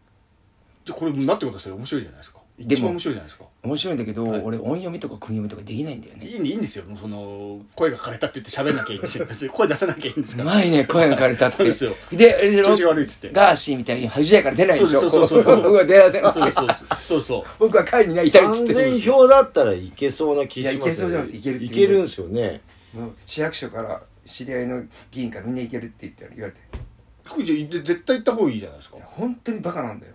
Speaker 2: じゃこれ、なんてことですよ。面白いじゃないですか。
Speaker 5: でも
Speaker 2: 一番面白いじゃないですか。
Speaker 5: 面白いんだけど、
Speaker 2: はい
Speaker 5: 俺音読みとか訓読みとかできないんだよ
Speaker 2: い
Speaker 5: ね
Speaker 2: いねいいんですよ。もうその、声が枯れたって言って喋んなきゃいいんですよ。別に声出さなきゃいいんです
Speaker 5: う
Speaker 2: から。
Speaker 5: まいね声が枯れたっ
Speaker 2: そう
Speaker 5: て
Speaker 2: ですよ
Speaker 5: であれでしょ
Speaker 2: 調子悪いっつって
Speaker 5: ガーシーみたいに恥じらいから出ないでしょ
Speaker 2: そうそうそうそうそう
Speaker 5: 僕は出られな
Speaker 2: そう
Speaker 5: い
Speaker 2: そうそうそう。
Speaker 5: 僕は会にないたりっつって
Speaker 1: 3000票だったらいけそうな気しますよね。
Speaker 5: いやいけそうじゃなくていけるっていう
Speaker 1: いけるんすよね。
Speaker 5: もう市役所から知り合いの議員からみんな行けるって言って言われて
Speaker 2: これじゃ絶対行った方がいいじゃないですか。い
Speaker 5: 本当にバカなんだよ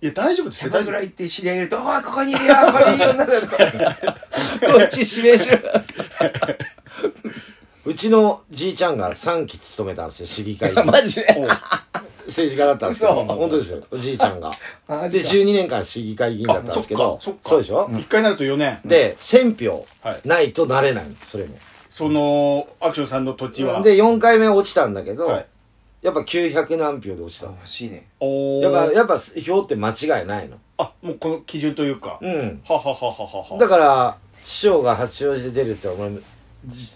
Speaker 2: や、大丈夫です
Speaker 5: キャ
Speaker 2: よ。
Speaker 5: バ
Speaker 2: 大
Speaker 5: ク
Speaker 2: 丈
Speaker 5: ラ
Speaker 2: 夫。
Speaker 5: 行って知り合いいると「おいここにいるよここにいるよ」なんだとこっち指名しろ
Speaker 1: うちのじいちゃんが3期勤めたんですよ、市議 会
Speaker 5: マジで
Speaker 2: おう
Speaker 1: 政治家だったんですけど、
Speaker 5: 嘘
Speaker 1: 本当ですよ、おじいちゃんが。
Speaker 5: マ
Speaker 1: で、
Speaker 5: ジか
Speaker 1: 12年間市議会議員だったんですけど
Speaker 2: あ、そっか
Speaker 1: そ
Speaker 2: そっか
Speaker 1: うでしょ、
Speaker 2: 一回になると4年。
Speaker 1: で、1000票
Speaker 2: はい
Speaker 1: ないとなれないの、それも。
Speaker 2: その、アクションさんの土地は。
Speaker 1: で、4回目落ちたんだけど、
Speaker 2: はい
Speaker 1: やっぱ900何票で落ちたの。
Speaker 5: 欲しいね
Speaker 2: お
Speaker 1: やっぱ、
Speaker 2: ー。
Speaker 1: やっぱ票って間違いないの。
Speaker 2: あ、もうこの基準というか。
Speaker 1: うん。
Speaker 2: はははははは。
Speaker 1: だから、師匠が八王子で出るって言ったら、俺、じ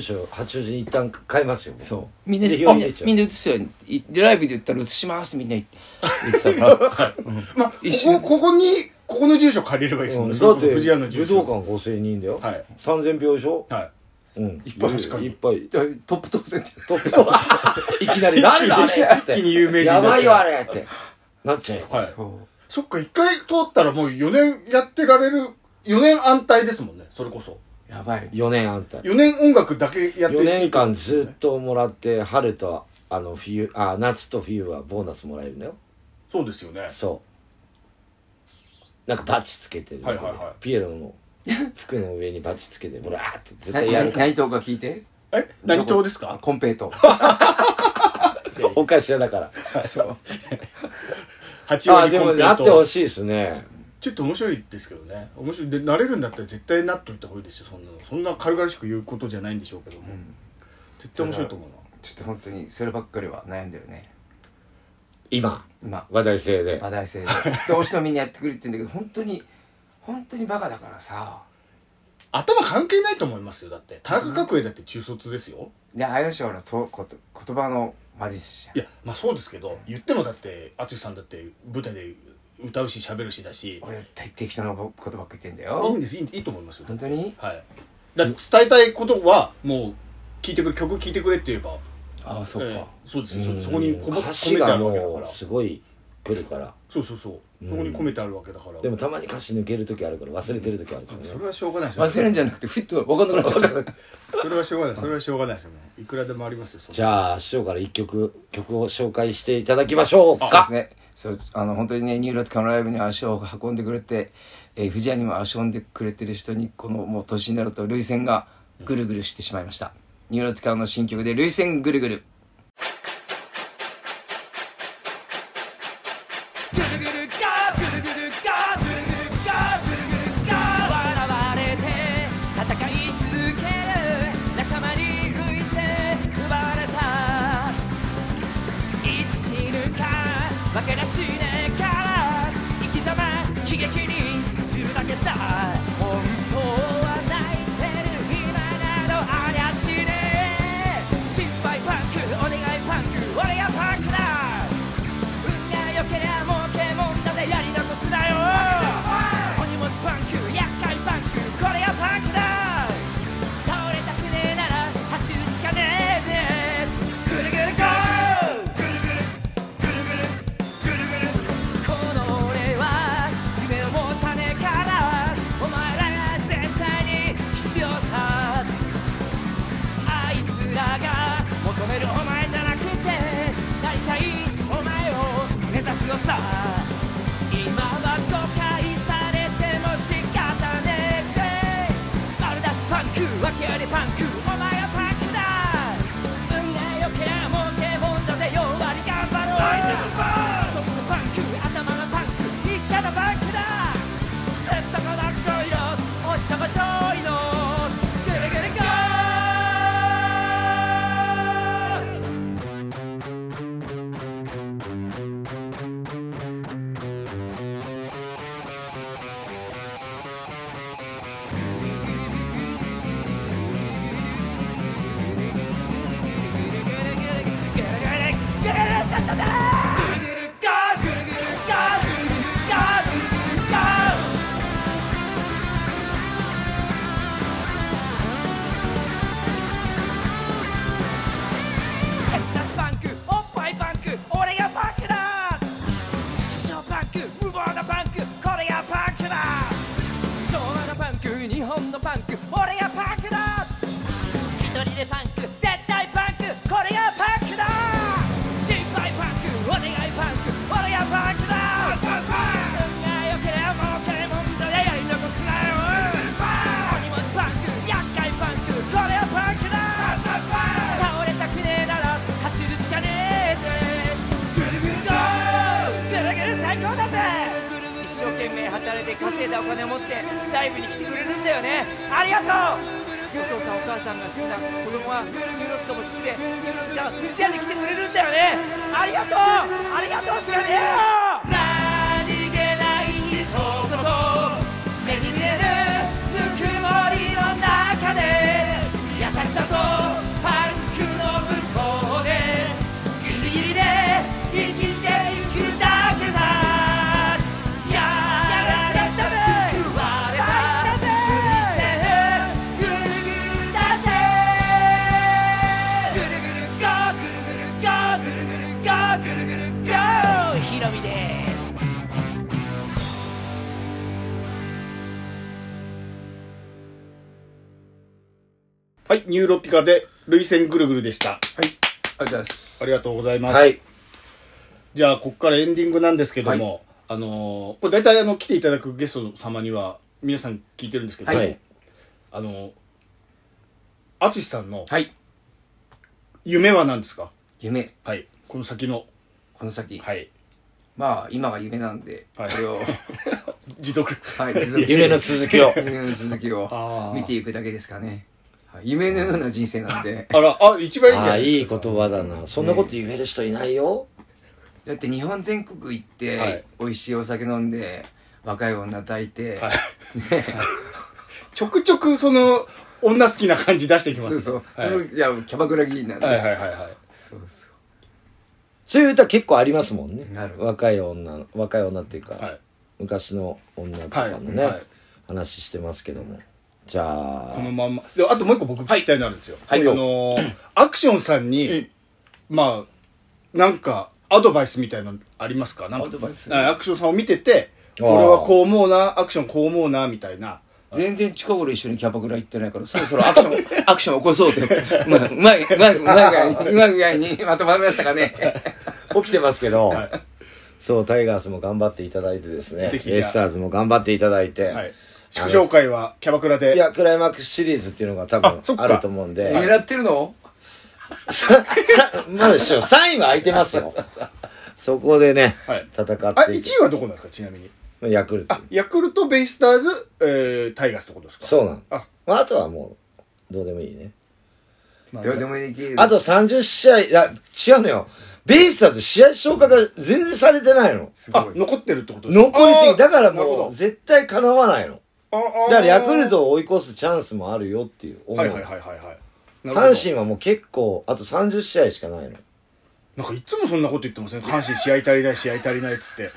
Speaker 1: 住所八王子に一旦変えますよ。
Speaker 5: そうみんな
Speaker 1: で
Speaker 5: みん
Speaker 1: 票
Speaker 5: な
Speaker 1: 入れちゃう
Speaker 5: みんな映すよいでライブで言ったら映しますみんな言って言ってたから
Speaker 2: まあ、こ
Speaker 5: 一瞬
Speaker 2: こ、ここにここの住所借りればいいですもんね。
Speaker 1: だって、
Speaker 2: 富士屋の
Speaker 1: 武
Speaker 2: 住
Speaker 1: 道館
Speaker 2: 所。
Speaker 1: 5000人だよ。
Speaker 2: はい
Speaker 1: 3000票でしょ
Speaker 2: はい。
Speaker 1: うん。い
Speaker 2: っぱい確かに
Speaker 1: いっぱい。
Speaker 5: トップ当選って
Speaker 1: トップと、いきな り、なんだあれっ
Speaker 2: 一気
Speaker 1: て。
Speaker 2: に有名人
Speaker 1: や
Speaker 2: にな
Speaker 1: ば
Speaker 2: っ
Speaker 1: い
Speaker 2: ちゃう
Speaker 1: よあれって。なっちゃいます。
Speaker 2: はい。そっか、一回通ったらもう4年やってられる、4年安泰ですもんね、それこそ。
Speaker 5: やばい
Speaker 1: 4年あんた。
Speaker 2: 4年音楽だけやって
Speaker 1: 4年間ずっともらって、春と、あの、冬、あ、夏と冬はボーナスもらえるんだよ。
Speaker 2: そうですよね。
Speaker 1: そう。なんかバッチつけてるだけで、
Speaker 2: はいはいはい
Speaker 1: ピエロの服の上にバッチつけて、ブラーって絶
Speaker 5: な
Speaker 1: 対やる
Speaker 5: 何
Speaker 1: から。
Speaker 5: 何党か聞いて
Speaker 2: え何党ですか
Speaker 5: コンペイ党
Speaker 1: お菓子屋だから。
Speaker 5: そう
Speaker 2: 八
Speaker 1: あ
Speaker 2: 王
Speaker 1: あ、
Speaker 2: 子
Speaker 1: で
Speaker 2: コ
Speaker 1: も
Speaker 2: ンペ
Speaker 1: なってほ
Speaker 2: と。
Speaker 1: しいですね。
Speaker 2: ちょっと面白いですけどね。面白い。で、なれるんだったら絶対なっといた方がいいですよ、そんなの。そんな軽々しく言うことじゃないんでしょうけども。絶対面白いと思うな。
Speaker 5: ちょっと本当にそればっかりは悩んでるね
Speaker 1: 今、
Speaker 5: 今
Speaker 1: 話題性で。
Speaker 5: 話題性でどうしてもみんなやってくれって言うんだけど本当に本当にバカだからさ
Speaker 2: 頭関係ないと思いますよ、だって。田中角栄だって中卒ですよ。
Speaker 5: であれでしょほらとこと言葉の魔術師
Speaker 2: いや、まあそうですけど、言ってもだって、淳さんだって舞台で歌うし喋るしだし。
Speaker 5: 俺大抵人のことばっかり言ってんだ
Speaker 2: いい
Speaker 5: よ
Speaker 2: んですいいいいと思いますよ
Speaker 5: 本当に
Speaker 2: はいだって伝えたいことはもう聞いてくれ曲聞いてくれって言えば
Speaker 5: ああそっ
Speaker 2: え
Speaker 5: か
Speaker 2: えそうです
Speaker 1: う
Speaker 2: よ
Speaker 1: ん
Speaker 2: そこにこも
Speaker 1: 歌
Speaker 2: 込
Speaker 1: 詞
Speaker 2: めてあ
Speaker 1: が
Speaker 2: るわけだか
Speaker 1: も
Speaker 2: ら
Speaker 1: う
Speaker 2: そ
Speaker 1: すごい来るから
Speaker 2: うそうそうそこに込めてあるわけだから
Speaker 1: でもたまに歌詞抜ける時あるから忘れてる時あるからね
Speaker 2: それはしょうがないですよね
Speaker 5: 忘れるんじゃなくてふっと分かんなくなっちゃう
Speaker 2: それはしょうがないそれはしょうがないですよねいくらでもありますよそんな
Speaker 1: じゃあ師匠から一曲曲を紹介していただきましょう
Speaker 5: そうです
Speaker 1: か
Speaker 5: ね。そう、あの、本当にね、ニューロティカのライブに足を運んでくれて、えー、藤屋にも足を運んでくれてる人に、このもう年になると、涙腺がぐるぐるしてしまいました。ニューロティカの新曲で、涙腺ぐるぐる。
Speaker 4: ぐるぐるガーぐるぐるガーぐるぐるガーぐるぐるガー笑われて戦い続ける仲間に類せ奪われたいつ死ぬか負けなしねから生き様喜劇にするだけさ本当は泣いてる今などありゃしね心配パンクお願いパンク俺がパンクだ運が良けりゃ儲けもんだでやり残すなよお荷物パンク厄介パンクこれがパンクだ倒れたくねえなら走るしかねえぜぐるぐるゴーぐるぐるぐるぐるぐるぐるこの俺は夢を持たねえからお前らが絶対に必要さあいつらが求めるお前じゃなくてなりたいお前を目指すのさ今は誤解されても仕方ねえぜ丸出しパンク訳ありパンクお前はパンクだ運が良けりゃ儲けもんだで弱り頑張ろうそもそもパンク頭がパンク生き方パンクだセットがなっこいのおっちょこちょいのぐるぐるゴー日本のパンク俺がパンクだ一人でパンク絶対パンクこれがパンクだ心配パンクお願いパンク俺がパンクだパンパン運が良ければ儲けるもんだやり残すなよお荷物パンク厄介パンクこれはパンクだパンパン倒れたくねえなら走るしかねえぜぐるぐるゴーぐるぐる最強だぜ一生懸命働いて稼いだお金を持ってライブに来てくれるんだよねありがとうお父さんお母さんが好きな子供はニューロピカも好きでニューロピカはフジアに来てくれるんだよねありがとうありがとうしかねえよ何気ない一言目に見えるぬくもりの中で優しさとパンクの向こうでギリギリで生きていくだけさやられのみです
Speaker 2: はい、ニューロピカで、涙腺ぐるぐるでした。
Speaker 5: ありがとうございます
Speaker 2: ありがとうございます。
Speaker 1: はい。
Speaker 2: じゃあ、ここからエンディングなんですけども、あのー、これ大体あの、来ていただくゲスト様には、皆さん聞いてるんですけど、
Speaker 1: はい。
Speaker 2: あのー、アツシさんの
Speaker 5: はい
Speaker 2: 夢は何ですか
Speaker 5: 夢
Speaker 2: はい。この先の。
Speaker 5: この先、
Speaker 2: はい。
Speaker 5: まあ今が夢なんで、
Speaker 2: はい
Speaker 5: こ れを
Speaker 2: 持続。
Speaker 5: はい持続
Speaker 1: 夢の続きを。
Speaker 5: 夢の続き
Speaker 2: あ
Speaker 5: を
Speaker 2: ー
Speaker 5: 見ていくだけですかね、はい、夢のような人生なんで
Speaker 2: あら、あ、一番いいじゃ
Speaker 1: ああ、
Speaker 2: ない
Speaker 1: いい言葉だな。そんなこと言える人いないよ。
Speaker 5: だって日本全国行って、
Speaker 2: はい
Speaker 5: 美味しいお酒飲んで若い女抱いて、
Speaker 2: はい ちょくちょくその、女好きな感じ出してきます、
Speaker 5: そうそう、
Speaker 2: はい、
Speaker 5: そのいやキャバクラ議員なんで、
Speaker 2: はいはいはいはい。
Speaker 5: そうそう
Speaker 1: そういう歌結構ありますもんね
Speaker 5: な。る
Speaker 1: 若い女の、若い女っていうか、
Speaker 2: はい
Speaker 1: 昔の女とかのね、
Speaker 2: はいはい
Speaker 1: 話してますけども。じゃあ
Speaker 2: こ、のまんま。で、あともう一個僕聞きたいのあるんですよ。
Speaker 5: はい
Speaker 2: あのー、アクションさんに、まあ、なんか、アドバイスみたいなのありますかなんか
Speaker 5: アドバイス
Speaker 2: はいアクションさんを見てて、
Speaker 1: あー
Speaker 2: 俺はこう思うな、アクションこう思うな、みたいな。
Speaker 5: 全然近頃一緒にキャバクラ行ってないからそろそろアクションアクション起こそうぜってうまいうまいうまいうまい具合にうまい具合にまとまりましたかね
Speaker 1: 起きてますけ ど、
Speaker 2: はい
Speaker 1: そう、タイガースも頑張っていただいてですね、
Speaker 2: ぜひじゃあ
Speaker 1: エイスターズも頑張っていただいて、
Speaker 2: はい。祝勝会はキャバクラで。
Speaker 1: いや、クライマックスシリーズっていうのが多分
Speaker 2: あそっか
Speaker 1: あると思うんで、
Speaker 5: 狙ってるの
Speaker 1: ささまだしょ、3位は空いてます よ。そこでね、
Speaker 2: はい
Speaker 1: 戦ってい
Speaker 2: あ、
Speaker 1: く
Speaker 2: 1位はどこなんですか、ちなみに。
Speaker 1: ヤクルト
Speaker 2: あ。、ヤクルト、ベイスターズ、えー、タイガースってことですか
Speaker 1: そうなの。
Speaker 2: あ
Speaker 1: まあ、あとはもう、どうでもいいね。
Speaker 2: まあ
Speaker 5: どうでもできる
Speaker 1: あと30試合、いや、違うのよ。ベイスターズ試合消化が全然されてないの。
Speaker 5: す
Speaker 2: あ
Speaker 5: ご、い
Speaker 2: 残ってるってことですか
Speaker 1: 残りすぎ。だから
Speaker 2: なるほ
Speaker 1: も
Speaker 2: ど
Speaker 1: う、絶対叶わないの。
Speaker 2: ああ
Speaker 1: だからヤクルトを追い越すチャンスもあるよっていう思。
Speaker 2: はいいはいはいはいはい。なるほど
Speaker 1: 阪神はもう結構、あと30試合しかないの。
Speaker 2: なんかいつもそんなこと言ってません、阪神試合足りない、試合足りないっつって。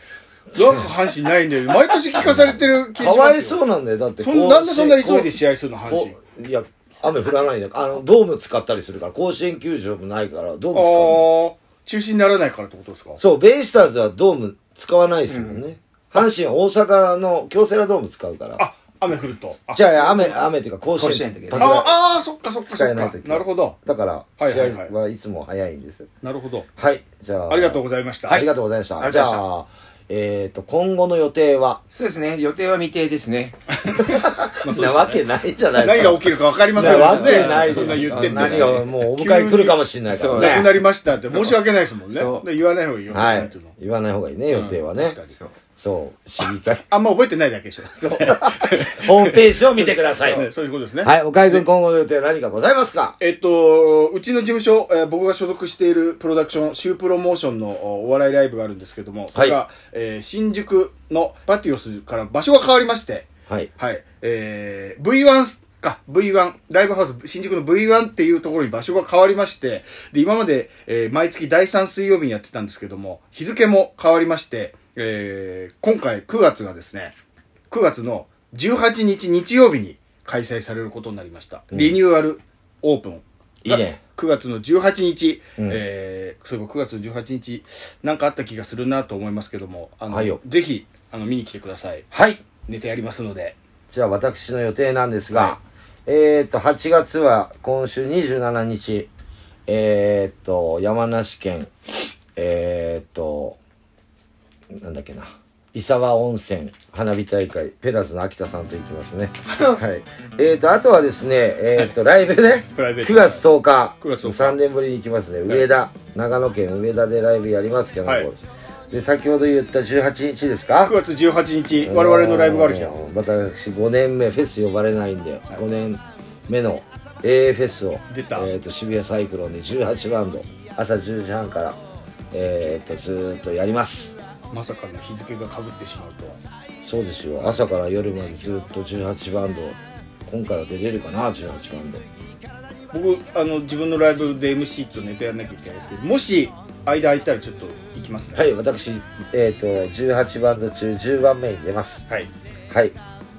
Speaker 2: なんか阪神ないんだよ。毎年聞かされてる気
Speaker 1: か
Speaker 2: がしますよ。
Speaker 1: わいそうなんだよ。だって
Speaker 2: そ
Speaker 1: こ
Speaker 2: ん
Speaker 1: う、
Speaker 2: なんでそんな急いで試合するの、阪神
Speaker 1: こ。ういや、雨降らないんだよあの、ドーム使ったりするから、甲子園球場もないから、ドーム使うの。
Speaker 2: ああ、中止にならないからってことですか
Speaker 1: そう、ベイスターズはドーム使わないですもんね。阪神は大阪の京セラドーム使うから。
Speaker 2: あ、雨降ると。あ
Speaker 1: じゃあ、雨、雨っていうか甲子
Speaker 5: 甲子園
Speaker 1: 園
Speaker 5: の時ね
Speaker 1: パクら
Speaker 2: ああ、そっかそっか
Speaker 1: 使
Speaker 2: そ
Speaker 1: え
Speaker 2: っ
Speaker 1: ない
Speaker 2: か
Speaker 1: 時。
Speaker 2: なるほど。
Speaker 1: だから、
Speaker 2: はい
Speaker 1: 試
Speaker 2: はいはい
Speaker 1: 合はいつも早いんですよ。
Speaker 2: なるほど。
Speaker 1: はい、じゃあ。
Speaker 2: ありがとうご
Speaker 1: ざい
Speaker 2: ざいました。
Speaker 1: ありがとうございまし
Speaker 5: あ
Speaker 1: た。
Speaker 5: り
Speaker 1: じ
Speaker 5: が
Speaker 1: ゃ
Speaker 5: とうござい
Speaker 1: あ、えっと、今後の予定は、
Speaker 5: そうですね予定は未定ですね
Speaker 2: まあそうですね
Speaker 1: なわけないじゃないです
Speaker 2: 何
Speaker 1: か。
Speaker 2: が起きるか分かりません
Speaker 1: な
Speaker 2: か
Speaker 1: わ
Speaker 2: ら
Speaker 1: けない
Speaker 2: ね。そんな言ってって。
Speaker 1: 何
Speaker 2: な
Speaker 1: がもうお迎え来るかもしれないか
Speaker 5: そう
Speaker 1: ら
Speaker 2: く
Speaker 1: ね。
Speaker 2: なりましたって申し訳ないですもんね。
Speaker 5: そう
Speaker 2: で言わない方がいいよ。
Speaker 1: は
Speaker 2: なん
Speaker 1: い
Speaker 2: てうの。
Speaker 1: 言わない方がいいね、予定は
Speaker 2: う
Speaker 1: ね
Speaker 2: ん確。かに
Speaker 5: そう
Speaker 1: そう、市議会。
Speaker 2: あんま覚えてないだけでしょ。そう。
Speaker 1: ホームページを見てください。
Speaker 2: そういうことですね。
Speaker 1: はい、岡井くん今後の予定何かございますか
Speaker 2: えっと、うちの事務所、えー僕が所属しているプロダクション、シュープロモーションのおお笑いライブがあるんですけども、それが、えー新宿のパティオスから場所が変わりまして、
Speaker 1: はい。
Speaker 2: はい、えー、V1 か、V1、ライブハウス、新宿の V1 っていうところに場所が変わりまして、で、今まで、えー毎月第3水曜日にやってたんですけども、日付も変わりまして、えー今回9月がですね、9月の18日日曜日に開催されることになりました。リニューアルオープン。
Speaker 1: いいね。
Speaker 2: 9月の18日、
Speaker 1: うん
Speaker 2: えーそういえば9月の18日、なんかあった気がするなと思いますけども、あの、
Speaker 1: はいよ
Speaker 2: ぜひ、あの、見に来てください。
Speaker 1: はい。
Speaker 2: ネタやりますので。
Speaker 1: じゃあ私の予定なんですが、
Speaker 2: は
Speaker 1: えっと、8月は今週27日、えっと、山梨県、えっと、なんだっけな。伊沢温泉花火大会、ペラーズの秋田さんと行きます ね。はい。えっ、と、あとはですね、えっ、と、ライブね、
Speaker 2: プライベート
Speaker 1: 9月10日、
Speaker 2: 9月10日
Speaker 1: 3年ぶりに行きますね、上田、長野県上田でライブやりますけども、
Speaker 2: はい
Speaker 1: で、先ほど言った18日ですか
Speaker 2: 9月18日、我々のライブがある日だ
Speaker 1: あ。のー私5年目フェス呼ばれないんで、5年目の AA フェスを
Speaker 2: 出た
Speaker 1: えー、と渋谷サイクロンで18バンド朝10時半から、えー、とずーっとやります
Speaker 2: まさかの日付が被ってしまうとは。
Speaker 1: そうですよ朝から夜までずーっと18バンド今回は出れるかな18バンド
Speaker 2: 僕、あの、自分のライブで MC とネタやらなきゃいけないですけど、もし、間空いたらちょっと行きますね。
Speaker 1: はい私、えー、と18バンド中10番目に出ます
Speaker 2: はい。
Speaker 1: はい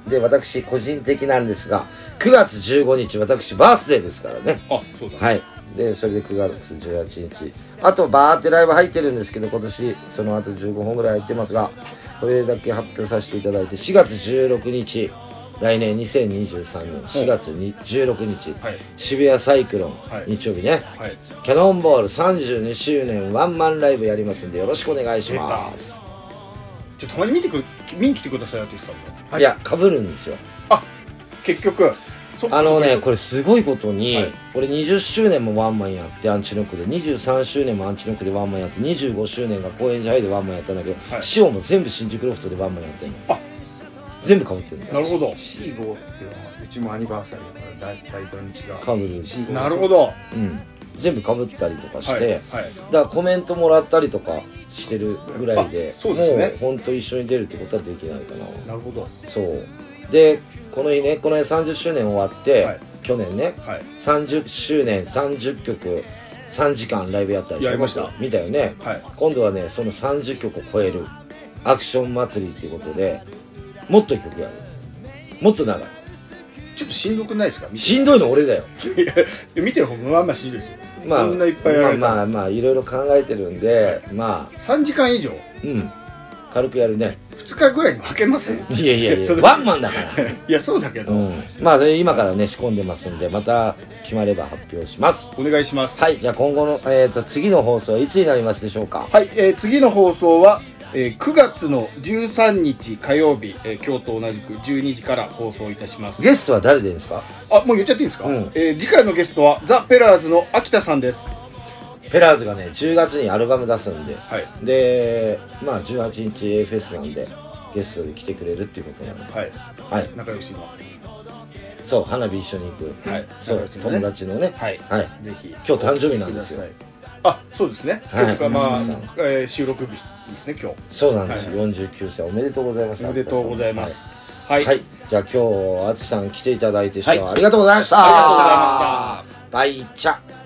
Speaker 1: で私個人的なんですが9月15日私バースデーですからね
Speaker 2: あ、そうだ。
Speaker 1: はい。でそれで9月18日あとバーってライブ入ってるんですけど今年その後15本ぐらい入ってますがこれだけ発表させていただいて4月16日来年2023年4月に16日、
Speaker 2: はい
Speaker 1: 渋谷サイクロン、
Speaker 2: はい
Speaker 1: 日曜日ね
Speaker 2: はい
Speaker 1: キャノンボール32周年ワンマンライブやりますんでよろしくお願いします
Speaker 2: ちょたまに見てくる見に来てくださいアーティストさんも
Speaker 1: いやかぶるんですよ
Speaker 2: 結局そっか
Speaker 1: あのね
Speaker 2: そっか
Speaker 1: これすごいことに、
Speaker 2: はい
Speaker 1: 俺20周年もワンマンやってアンチノックで23周年もアンチノックでワンマンやって25周年が高円寺ハイでワンマンやったんだけど、
Speaker 2: はい
Speaker 1: シオンも全部新宿ロフトでワンマンやってんの
Speaker 2: あ
Speaker 1: 全部かぶってるんだよ
Speaker 2: なるほど
Speaker 5: C5 っていうのはうちもアニバーサリーだから大体土日が
Speaker 1: かぶる
Speaker 5: C5
Speaker 2: なるほど
Speaker 1: うん全部かぶったりとかして、
Speaker 2: はいは
Speaker 1: だ
Speaker 2: い
Speaker 1: からコメントもらったりとかしてるぐらいで
Speaker 2: あそうですね
Speaker 1: もう本当一緒に出るってことはできないかな
Speaker 2: なるほど
Speaker 1: そうでこの日ねこの辺30周年終わって、
Speaker 2: はい
Speaker 1: 去年ね
Speaker 2: はい
Speaker 1: 30周年30曲3時間ライブやったでしょ
Speaker 2: やりました
Speaker 1: 見たよね
Speaker 2: はい
Speaker 1: 今度はねその30曲を超えるアクション祭りっていうことでもっと曲やるもっと長い
Speaker 2: ちょっとしんどくないですか見
Speaker 1: しんどいの俺だよ
Speaker 2: て見てる方もまあまあしんどいですよ
Speaker 1: まあ
Speaker 2: そんないっぱいやられた
Speaker 1: まあまあまあいろいろ考えてるんでまあ
Speaker 2: 3時間以上
Speaker 1: うん軽くやるね
Speaker 2: 2日ぐらいに分けま せん い
Speaker 1: いやいやいや
Speaker 2: それ
Speaker 1: ワンマンだから
Speaker 2: やそうだけど、
Speaker 1: うんまあそれ今からね仕込んでますんでまた決まれば発表します
Speaker 2: お願いします
Speaker 1: はいじゃあ今後の、えー、と次の放送はいつになりますでしょうか
Speaker 2: はい、えー次の放送は、えー9月の13日火曜日、えー今日と同じく12時から放送いたします
Speaker 1: ゲストは誰でいいんですか
Speaker 2: あもう言っちゃっていいですか、
Speaker 1: うん
Speaker 2: えー次回のゲストはザ・ペラーズの秋田さんです
Speaker 1: ペラーズがね10月にアルバム出すんで
Speaker 2: はい
Speaker 1: でまあ18日 A フェスなんでゲストで来てくれるっていうことなんです
Speaker 2: はい
Speaker 1: はい
Speaker 2: 仲良しのは
Speaker 1: そう花火一緒に行く、
Speaker 2: はい
Speaker 1: そう友
Speaker 2: 友
Speaker 1: 達のね
Speaker 2: い
Speaker 1: はい
Speaker 2: ぜひ
Speaker 1: 今日誕生日なんですよ
Speaker 2: お聞きくださいあそうですね
Speaker 1: はい
Speaker 2: 今日とかまあ、
Speaker 1: うん
Speaker 2: えー収録日ですね今日
Speaker 1: そうなんです、
Speaker 2: はい
Speaker 1: 49歳おめでとうございまし
Speaker 2: お
Speaker 1: た
Speaker 2: めでとうございます
Speaker 1: は
Speaker 2: はい、
Speaker 1: い、はいじゃあ今日あつさん来ていただいてしょ、ありがとうございました
Speaker 2: ありがとうございました
Speaker 1: バイチャ